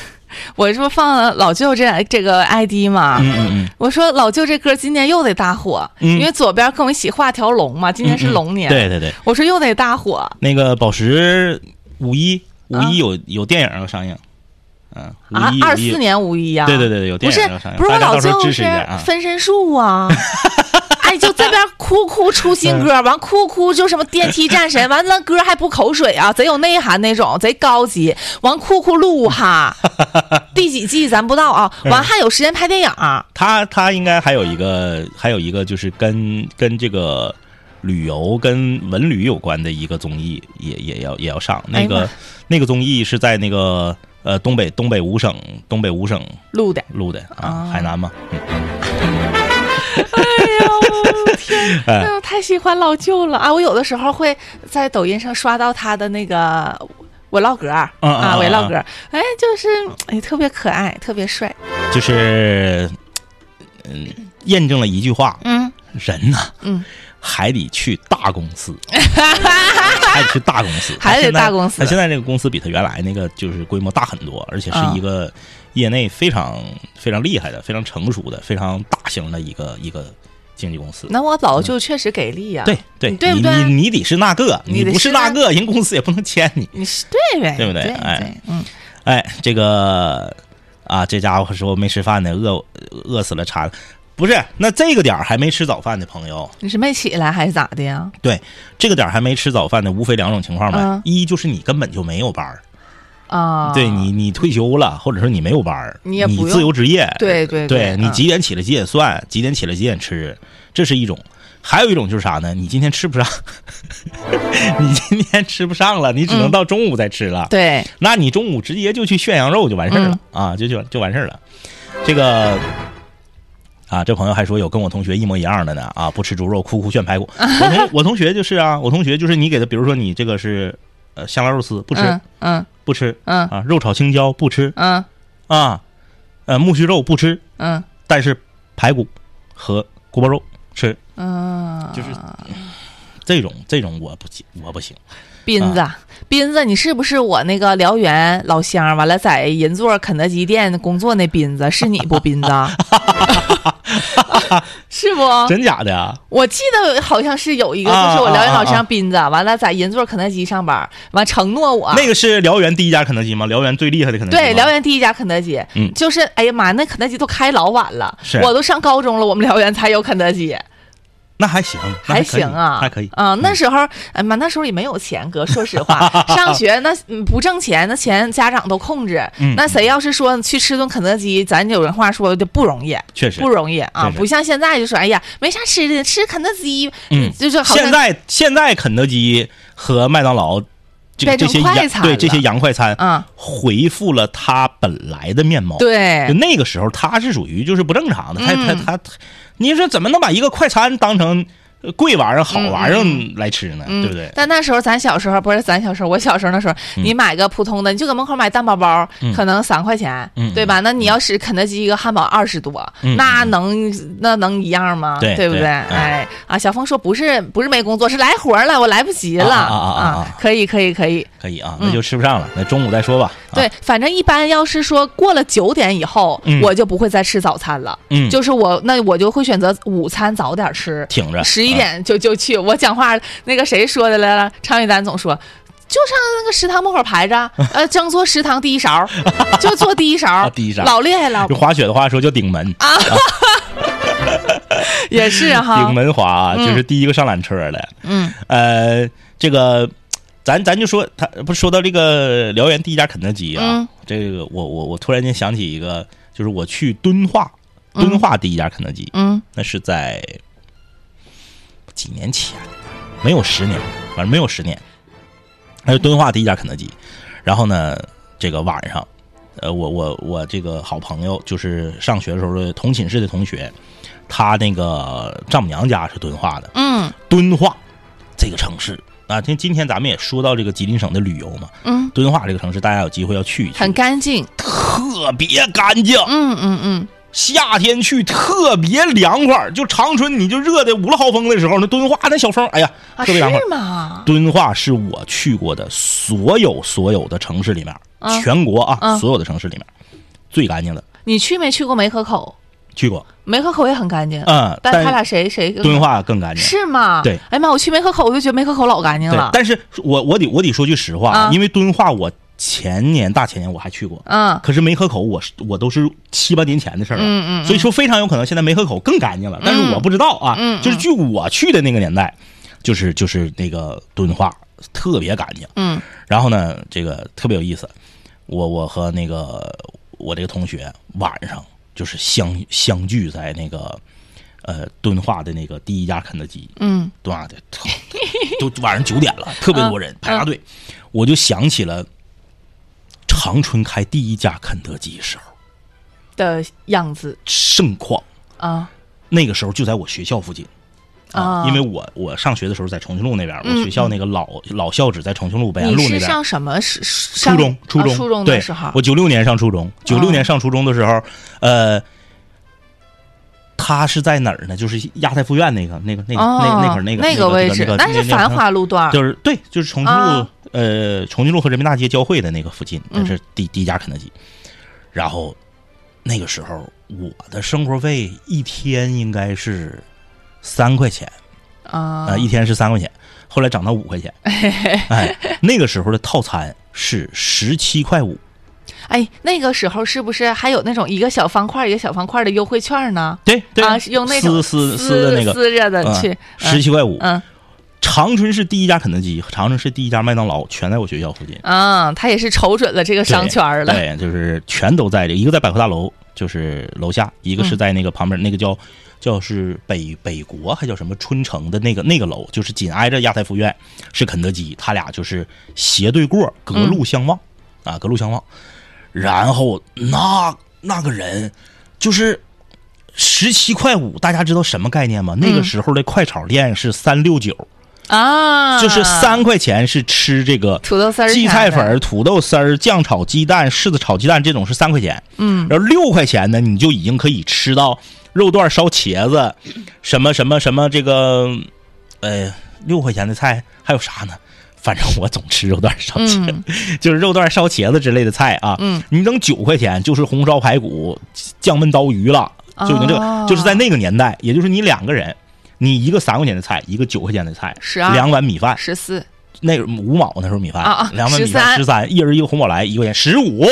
[SPEAKER 2] 我这不放老舅这这个 ID 吗？
[SPEAKER 1] 嗯嗯嗯，
[SPEAKER 2] 我说老舅这歌今年又得大火，
[SPEAKER 1] 嗯
[SPEAKER 2] 因为左边跟我一起画条龙嘛，今年是
[SPEAKER 1] 嗯嗯
[SPEAKER 2] 龙年。
[SPEAKER 1] 对对对。
[SPEAKER 2] 我说又得大火
[SPEAKER 1] 那个宝石五一五
[SPEAKER 2] 啊
[SPEAKER 1] 一有有电影要上映，嗯，五
[SPEAKER 2] 啊
[SPEAKER 1] 一！
[SPEAKER 2] 二
[SPEAKER 1] 五一
[SPEAKER 2] 四年五一呀、
[SPEAKER 1] 对对对对有
[SPEAKER 2] 不
[SPEAKER 1] 电
[SPEAKER 2] 是
[SPEAKER 1] 影要上映，
[SPEAKER 2] 不是
[SPEAKER 1] 大
[SPEAKER 2] 我
[SPEAKER 1] 家
[SPEAKER 2] 老
[SPEAKER 1] 到时候
[SPEAKER 2] 舅
[SPEAKER 1] 支
[SPEAKER 2] 是
[SPEAKER 1] 持一下啊。
[SPEAKER 2] 分身 术啊。哎，就这边哭哭出新
[SPEAKER 1] 嗯
[SPEAKER 2] 歌，完哭哭就什么电梯战神，完那歌还不口水啊， 贼有内涵那种，贼高级。完哭哭录哈， 第几季咱不知道啊。
[SPEAKER 1] 嗯
[SPEAKER 2] 完还有时间拍电影儿，啊
[SPEAKER 1] 他他应该还有一个还有一个就是跟跟这个。旅游跟文旅有关的一个综艺，也也要也要上。
[SPEAKER 2] 哎
[SPEAKER 1] 那
[SPEAKER 2] 呀妈
[SPEAKER 1] 个、那个综艺是在那个呃东北东北五省东北五省
[SPEAKER 2] 录的。
[SPEAKER 1] 录的啊，
[SPEAKER 2] 啊
[SPEAKER 1] 海南嘛。嗯
[SPEAKER 2] 哎 呦，天
[SPEAKER 1] 哎
[SPEAKER 2] 哪，太喜欢老舅了啊！我有的时候会在抖音上刷到他的那个。vlog 啊
[SPEAKER 1] 嗯嗯嗯
[SPEAKER 2] ，vlog，哎，就是哎，特别可爱，特别帅，
[SPEAKER 1] 就是，嗯，验证了一句话：
[SPEAKER 2] 嗯，
[SPEAKER 1] 人呐，
[SPEAKER 2] 嗯，
[SPEAKER 1] 还得去大公司， 还得去大公司，
[SPEAKER 2] 还
[SPEAKER 1] 他
[SPEAKER 2] 得
[SPEAKER 1] 现在
[SPEAKER 2] 大公司
[SPEAKER 1] 他现在这个公司比他原来那个就是规模大很多，而且是
[SPEAKER 2] 啊
[SPEAKER 1] 一个业内非常非常厉害的、非常成熟的、非常大型的一个一个经纪公司。
[SPEAKER 2] 那我老舅确实给力啊呀、
[SPEAKER 1] 对对，
[SPEAKER 2] 对不
[SPEAKER 1] 你
[SPEAKER 2] 对
[SPEAKER 1] 你你得是那个，
[SPEAKER 2] 你得
[SPEAKER 1] 不
[SPEAKER 2] 是
[SPEAKER 1] 是
[SPEAKER 2] 那
[SPEAKER 1] 那个，人公司也不能签你。
[SPEAKER 2] 你是对呗，
[SPEAKER 1] 对不
[SPEAKER 2] 对？
[SPEAKER 1] 对哎
[SPEAKER 2] 对嗯，
[SPEAKER 1] 哎，这个啊，这家伙说没吃饭呢，饿饿死了馋。不是，那这个点儿还没吃早饭的朋友，
[SPEAKER 2] 你是没起来还是咋的呀？
[SPEAKER 1] 对，这个点儿还没吃早饭的，无非两种情况呗。
[SPEAKER 2] 嗯
[SPEAKER 1] 一就是你根本就没有班儿，
[SPEAKER 2] 啊，
[SPEAKER 1] 对你你退休了，或者说你没有班儿，
[SPEAKER 2] 你
[SPEAKER 1] 你
[SPEAKER 2] 也不用
[SPEAKER 1] 自由职业，
[SPEAKER 2] 对对对
[SPEAKER 1] 对你
[SPEAKER 2] 嗯
[SPEAKER 1] 几点起来几点算，几点起来几点吃，这是一种。还有一种就是啥呢？你今天吃不上， 你今天吃不上了，你只能到中午再吃了。
[SPEAKER 2] 嗯对，嗯
[SPEAKER 1] 那你中午直接就去炫羊肉就完事儿了、啊，就就就完事儿了。这个啊，这朋友还说有跟我同学一模一样的呢啊，不吃猪肉，哭哭炫排 骨。我同我同学就是啊，我同学就是你给他，比如说你这个是呃香辣肉丝不吃、
[SPEAKER 2] 嗯嗯
[SPEAKER 1] 不吃
[SPEAKER 2] 嗯
[SPEAKER 1] 啊，肉炒青椒不吃
[SPEAKER 2] 嗯
[SPEAKER 1] 啊，呃木须肉不吃，
[SPEAKER 2] 嗯
[SPEAKER 1] 但是排骨和锅包肉吃，
[SPEAKER 2] 嗯，
[SPEAKER 1] 就是这种这种我不行我不行。
[SPEAKER 2] 斌子，
[SPEAKER 1] 啊
[SPEAKER 2] 斌子，你是不是我那个辽源老乡？完了，在银座肯德基店工作那斌子，是你不？斌 子，是不？
[SPEAKER 1] 真假的呀？
[SPEAKER 2] 我记得好像是有一个，
[SPEAKER 1] 啊
[SPEAKER 2] 就是我辽源老
[SPEAKER 1] 啊啊
[SPEAKER 2] 乡斌子，完了在银座肯德基上班，完承诺我
[SPEAKER 1] 那个是辽源第一家肯德基吗？辽源最厉害的肯德基吗？
[SPEAKER 2] 对，辽源第一家肯德基，
[SPEAKER 1] 嗯
[SPEAKER 2] 就是哎呀妈，那肯德基都开老晚了
[SPEAKER 1] 是，
[SPEAKER 2] 我都上高中了，我们辽源才有肯德基，
[SPEAKER 1] 那还行，那还可以
[SPEAKER 2] 行啊，
[SPEAKER 1] 还可以嗯
[SPEAKER 2] 啊、那时候，哎妈，那时候也没有钱，哥，说实 话，上学那嗯不挣钱，那钱家长都控制，
[SPEAKER 1] 嗯
[SPEAKER 2] 那谁要是说去吃顿肯德基，咱有人话说就不容易。
[SPEAKER 1] 确实
[SPEAKER 2] 不容易啊
[SPEAKER 1] 确，实
[SPEAKER 2] 不像现在就说，哎呀，没啥吃的，吃肯德基，
[SPEAKER 1] 嗯
[SPEAKER 2] 就是好像
[SPEAKER 1] 现在现在肯德基和麦当劳这个
[SPEAKER 2] 变成
[SPEAKER 1] 这些
[SPEAKER 2] 快
[SPEAKER 1] 洋
[SPEAKER 2] 餐
[SPEAKER 1] 对
[SPEAKER 2] 了
[SPEAKER 1] 这些洋快餐
[SPEAKER 2] 啊、
[SPEAKER 1] 回复了它本来的面貌。，就
[SPEAKER 2] 对，
[SPEAKER 1] 那个时候它是属于就是不正常的，它它
[SPEAKER 2] 哎嗯
[SPEAKER 1] 它，它你说怎么能把一个快餐当成呃贵玩意儿、好玩意儿来吃呢？
[SPEAKER 2] 嗯，
[SPEAKER 1] 对不对？
[SPEAKER 2] 但那时候咱小时候不是咱小时候，我小时候那时候，
[SPEAKER 1] 嗯
[SPEAKER 2] 你买个普通的，你就搁门口买蛋包包，
[SPEAKER 1] 嗯
[SPEAKER 2] 可能三块钱，
[SPEAKER 1] 嗯
[SPEAKER 2] 对吧？那你要是肯德基一个汉堡二十多，
[SPEAKER 1] 嗯
[SPEAKER 2] 那能那能一样吗？
[SPEAKER 1] 对
[SPEAKER 2] 不
[SPEAKER 1] 对
[SPEAKER 2] 对？
[SPEAKER 1] 嗯
[SPEAKER 2] 哎啊，小峰说不是不是没工作，是来活了，我来不及了
[SPEAKER 1] 啊啊啊啊啊
[SPEAKER 2] 可以可以可以，
[SPEAKER 1] 可以啊，
[SPEAKER 2] 嗯
[SPEAKER 1] 那就吃不上了，那中午再说吧。啊，
[SPEAKER 2] 对，反正一般要是说过了九点以后，
[SPEAKER 1] 嗯
[SPEAKER 2] 我就不会再吃早餐了，
[SPEAKER 1] 嗯，
[SPEAKER 2] 就是我那我就会选择午餐早点吃，
[SPEAKER 1] 挺着
[SPEAKER 2] 十一
[SPEAKER 1] 啊
[SPEAKER 2] 点就就去。我讲话那个谁说的来了？常伟丹总说。就上那个食堂门口 排着，呃，争做食堂第一勺，就做第一勺，
[SPEAKER 1] 啊第一勺
[SPEAKER 2] 老厉害了
[SPEAKER 1] 就，滑雪的话说叫顶门，
[SPEAKER 2] 也啊是哈
[SPEAKER 1] 顶，门滑啊
[SPEAKER 2] 嗯
[SPEAKER 1] 就是第一个上缆车的。
[SPEAKER 2] 嗯，
[SPEAKER 1] 呃，这个咱咱就说他不是说到这个辽源第一家肯德基啊，
[SPEAKER 2] 嗯
[SPEAKER 1] 这个我我我突然间想起一个，就是我去敦化，敦化第一家肯德基，
[SPEAKER 2] 嗯
[SPEAKER 1] 那是在几年前，没有十年，反正没有十年，那是敦化第一家肯德基。然后呢，这个晚上，呃，我我我这个好朋友，就是上学的时候的同寝室的同学，他那个丈母娘家是敦化的，
[SPEAKER 2] 嗯
[SPEAKER 1] 敦化这个城市啊，今今天咱们也说到这个吉林省的旅游嘛，
[SPEAKER 2] 嗯，
[SPEAKER 1] 敦化这个城市大家有机会要去一去，
[SPEAKER 2] 很干净，
[SPEAKER 1] 特别干净，
[SPEAKER 2] 嗯嗯嗯，
[SPEAKER 1] 夏天去特别凉快，就长春你就热的五了豪风的时候，那敦化那小风，哎呀，
[SPEAKER 2] 啊，
[SPEAKER 1] 特别
[SPEAKER 2] 是
[SPEAKER 1] 凉快。
[SPEAKER 2] 吗？
[SPEAKER 1] 敦化是我去过的所有所有的城市里面，
[SPEAKER 2] 嗯
[SPEAKER 1] 全国啊、
[SPEAKER 2] 嗯
[SPEAKER 1] 所有的城市里面最干净的，
[SPEAKER 2] 你去没去过梅河口？
[SPEAKER 1] 去过，
[SPEAKER 2] 梅河口也很干净，
[SPEAKER 1] 嗯，
[SPEAKER 2] 呃但
[SPEAKER 1] 但
[SPEAKER 2] 他俩谁谁
[SPEAKER 1] 敦化更干净。
[SPEAKER 2] 是吗？
[SPEAKER 1] 对
[SPEAKER 2] 哎呀妈，我去梅河口，我就觉得梅河口老干净
[SPEAKER 1] 对
[SPEAKER 2] 了，，
[SPEAKER 1] 但是我我得我得说句实话，
[SPEAKER 2] 啊
[SPEAKER 1] 因为敦化我前年大前年我还去过，
[SPEAKER 2] 嗯
[SPEAKER 1] 可是梅河口我是我都是七八年前的事儿了，
[SPEAKER 2] 嗯嗯嗯
[SPEAKER 1] 所以说非常有可能现在梅河口更干净了，但是我不知道啊，
[SPEAKER 2] 嗯嗯
[SPEAKER 1] 就是据我去的那个年代，就是就是那个敦化特别干净，
[SPEAKER 2] 嗯
[SPEAKER 1] 然后呢，这个特别有意思，我我和那个我这个同学晚上就是相相聚在那个呃敦化的那个第一家肯德基，
[SPEAKER 2] 嗯
[SPEAKER 1] 敦化的，操都晚上九点 了，特别多人
[SPEAKER 2] 嗯
[SPEAKER 1] 排大队，我就想起了长春开第一家肯德基时候
[SPEAKER 2] 的样子
[SPEAKER 1] 盛况，
[SPEAKER 2] 啊
[SPEAKER 1] 那个时候就在我学校附近。啊，
[SPEAKER 2] 啊嗯
[SPEAKER 1] 因为我我上学的时候在重庆路那边，我学校那个老、老校址在重哎庆路北安
[SPEAKER 2] 你
[SPEAKER 1] 路那
[SPEAKER 2] 是
[SPEAKER 1] 边。
[SPEAKER 2] 上什么是初
[SPEAKER 1] 初中，初中，
[SPEAKER 2] 初中
[SPEAKER 1] 对
[SPEAKER 2] 的时候，嗯
[SPEAKER 1] 我九六年上初中，九六年上初中的时候，呃，他是在哪儿呢？就是亚太附院那个、那个、那个、
[SPEAKER 2] 哦
[SPEAKER 1] 那那会儿那个
[SPEAKER 2] 那
[SPEAKER 1] 个
[SPEAKER 2] 位置
[SPEAKER 1] 那，个
[SPEAKER 2] 那是繁，华路段
[SPEAKER 1] 那
[SPEAKER 2] 儿，
[SPEAKER 1] 就是对，就是重庆路
[SPEAKER 2] 啊，
[SPEAKER 1] 呃，重庆路和人民大街交汇的那个附近，那
[SPEAKER 2] 嗯
[SPEAKER 1] 是第第一家肯德基。然后那个时候，我的生活费一天应该是三块钱。
[SPEAKER 2] 啊
[SPEAKER 1] 呃，一天是三块钱，后来涨到五块 钱。哎，那个时候的套餐是十七块五，
[SPEAKER 2] 哎，那个时候是不是还有那种一个小方块儿一个小方块儿的优惠券呢？
[SPEAKER 1] 对对，
[SPEAKER 2] 啊，是用那种
[SPEAKER 1] 撕撕的
[SPEAKER 2] 撕
[SPEAKER 1] 那个嗯啊
[SPEAKER 2] 撕着的去，
[SPEAKER 1] 十七块五。
[SPEAKER 2] 嗯
[SPEAKER 1] 长春是第一家肯德基，长春是第一家麦当劳，全在我学校附近。
[SPEAKER 2] 啊，他也是瞅准了这个商圈儿了，
[SPEAKER 1] 对，就是全都在这，一个在百货大楼，就是楼下，一
[SPEAKER 2] 嗯
[SPEAKER 1] 个是在那个旁边、那个叫叫是北北国还叫什么春城的那个那个楼，就是紧挨着亚太福苑是肯德基，他俩就是斜对过，隔路相望、
[SPEAKER 2] 嗯
[SPEAKER 1] 啊，隔路相望。然后那那个人就是十七块五，大家知道什么概念吗？
[SPEAKER 2] 嗯
[SPEAKER 1] 那个时候的快炒店是三六九，
[SPEAKER 2] 啊，
[SPEAKER 1] 就是三块钱是吃这个
[SPEAKER 2] 土豆丝儿啥的、
[SPEAKER 1] 荠菜粉儿、土豆丝儿、酱炒鸡蛋、柿子炒鸡蛋这种是三块钱，
[SPEAKER 2] 嗯，
[SPEAKER 1] 然后六块钱呢，你就已经可以吃到肉段烧茄子，什么什么什么这个，呃，六块钱的菜还有啥呢？反正我总吃肉段烧茄子，就是肉段烧茄子之类的菜啊。
[SPEAKER 2] 嗯，
[SPEAKER 1] 你等九块钱就是红烧排骨、酱焖刀鱼了，就已经这个，
[SPEAKER 2] 哦
[SPEAKER 1] 就是在那个年代，也就是你两个人，你一个三块钱的菜，一个九块钱的菜，
[SPEAKER 2] 12
[SPEAKER 1] 两碗米饭，
[SPEAKER 2] 十四
[SPEAKER 1] 那五毛那时候米饭
[SPEAKER 2] 啊啊
[SPEAKER 1] 两碗米饭十三，一人一个红宝来一块钱十五，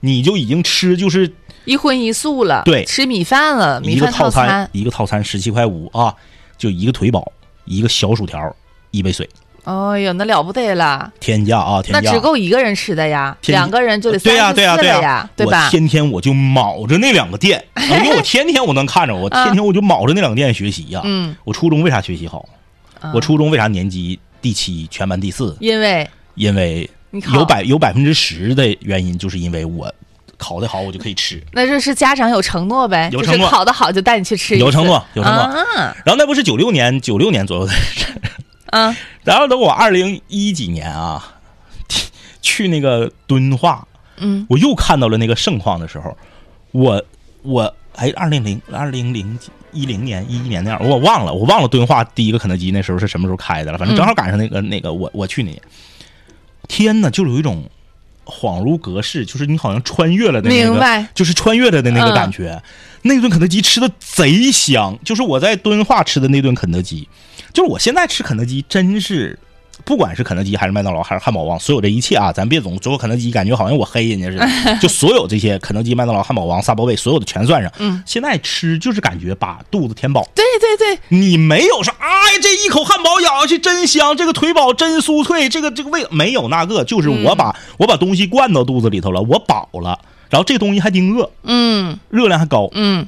[SPEAKER 1] 你就已经吃就是
[SPEAKER 2] 一荤一素了，
[SPEAKER 1] 对
[SPEAKER 2] 吃米饭了，
[SPEAKER 1] 一
[SPEAKER 2] 米
[SPEAKER 1] 个
[SPEAKER 2] 饭
[SPEAKER 1] 套餐
[SPEAKER 2] 餐
[SPEAKER 1] 一个套餐十七块五啊，就一个腿堡，一个小薯条，一杯水，
[SPEAKER 2] 哦呦，那了不得了，
[SPEAKER 1] 天价啊
[SPEAKER 2] 那
[SPEAKER 1] 天价
[SPEAKER 2] 只！够一个人吃的呀，
[SPEAKER 1] 天呃
[SPEAKER 2] 两个人就得三
[SPEAKER 1] 对呀
[SPEAKER 2] 十四
[SPEAKER 1] 对呀对
[SPEAKER 2] 了
[SPEAKER 1] 呀
[SPEAKER 2] 呀，，对吧
[SPEAKER 1] 我？天天我就卯着那两个 店，啊因为我天天我能看着，我天天我就卯着那两个店学习呀。
[SPEAKER 2] 嗯，
[SPEAKER 1] 我初中为啥学习好？我初中为啥年级第七，全班第四？
[SPEAKER 2] 因为
[SPEAKER 1] 因为
[SPEAKER 2] 你考
[SPEAKER 1] 有百有百分之十的原因，就是因为我考得好，我就可以吃。
[SPEAKER 2] 那就是家长有承诺呗，
[SPEAKER 1] 有承诺
[SPEAKER 2] 就是考得好就带你去吃一次，
[SPEAKER 1] 有承诺有承诺
[SPEAKER 2] 啊
[SPEAKER 1] 然后那不是九六年九六年左右的事儿，
[SPEAKER 2] 啊
[SPEAKER 1] 然后等我二零一几年啊， 去那个敦化，
[SPEAKER 2] 嗯，
[SPEAKER 1] 我又看到了那个盛况的时候，我我哎，二零零二零零一零年一一年那样，我忘了，我忘了敦化第一个肯德基那时候是什么时候开的了，反
[SPEAKER 2] 嗯
[SPEAKER 1] 正正好赶上那个、那个我我去那年，天呐，就有一种恍如隔世，就是你好像穿越了的那个，
[SPEAKER 2] 明白
[SPEAKER 1] 就是穿越了的那个感觉。那顿肯德基吃的贼香，就是我在敦化吃的那顿肯德基，就是我现在吃肯德基真是。不管是肯德基还是麦当劳还是汉堡王，所有这一切啊，咱别总说肯德基，感觉好像我黑人家似的。就所有这些肯德基、麦当劳、汉堡王、萨博味，所有的全算上。嗯，现在吃就是感觉把肚子填饱，
[SPEAKER 2] 对对对，
[SPEAKER 1] 你没有说，哎，这一口汉堡咬下去真香，这个腿堡真酥脆，这个这个味没有那个，就是
[SPEAKER 2] 嗯
[SPEAKER 1] 我把、我把东西灌到肚子里头了，我饱了，然后这东西还顶饿，
[SPEAKER 2] 嗯
[SPEAKER 1] 热量还高，
[SPEAKER 2] 嗯。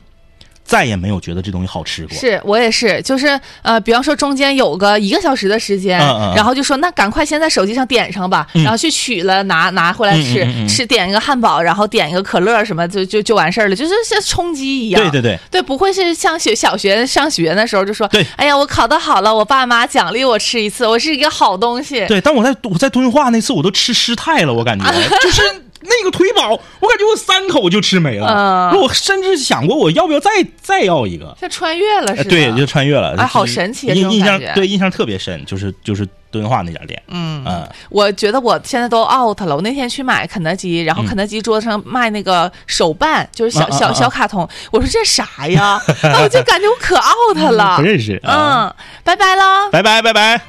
[SPEAKER 1] 再也没有觉得这东西好吃过。
[SPEAKER 2] 是我也是，就是呃，比方说中间有个一个小时的时间，
[SPEAKER 1] 嗯嗯嗯嗯
[SPEAKER 2] 然后就说那赶快先在手机上点上吧，然后去取了拿拿回来
[SPEAKER 1] 嗯
[SPEAKER 2] 吃，
[SPEAKER 1] 嗯嗯嗯
[SPEAKER 2] 吃点一个汉堡，然后点一个可乐什么，就就就完事儿了，就是像充饥一样。
[SPEAKER 1] 对对对，
[SPEAKER 2] 对，不会是像学小学上学那时候就说，
[SPEAKER 1] 对
[SPEAKER 2] 哎呀，我考得好了，我爸妈奖励我吃一次，我是一个好东西。
[SPEAKER 1] 对，但我在我在敦化那次我都吃失态了，我感觉 就是那个腿堡，我感觉我三口就吃没了，
[SPEAKER 2] 嗯
[SPEAKER 1] 我甚至想过我要不要再再要一个。
[SPEAKER 2] 像穿越了似
[SPEAKER 1] 哎，
[SPEAKER 2] 的。
[SPEAKER 1] 对，就穿越了，
[SPEAKER 2] 哎好
[SPEAKER 1] 就是
[SPEAKER 2] 神奇啊这
[SPEAKER 1] 印
[SPEAKER 2] 种
[SPEAKER 1] 印象
[SPEAKER 2] 感觉
[SPEAKER 1] 对印象特别深，就是就是敦化那家店，嗯
[SPEAKER 2] 我觉得我现在都 out 了。我那天去买肯德基，然后肯德基桌上卖那个手办，就是小
[SPEAKER 1] 嗯啊啊啊
[SPEAKER 2] 小小卡通。我说这 啥呀？啊我就感觉我可嗯 out 了。
[SPEAKER 1] 不认识，啊，
[SPEAKER 2] 嗯，拜拜喽。
[SPEAKER 1] 拜拜拜拜。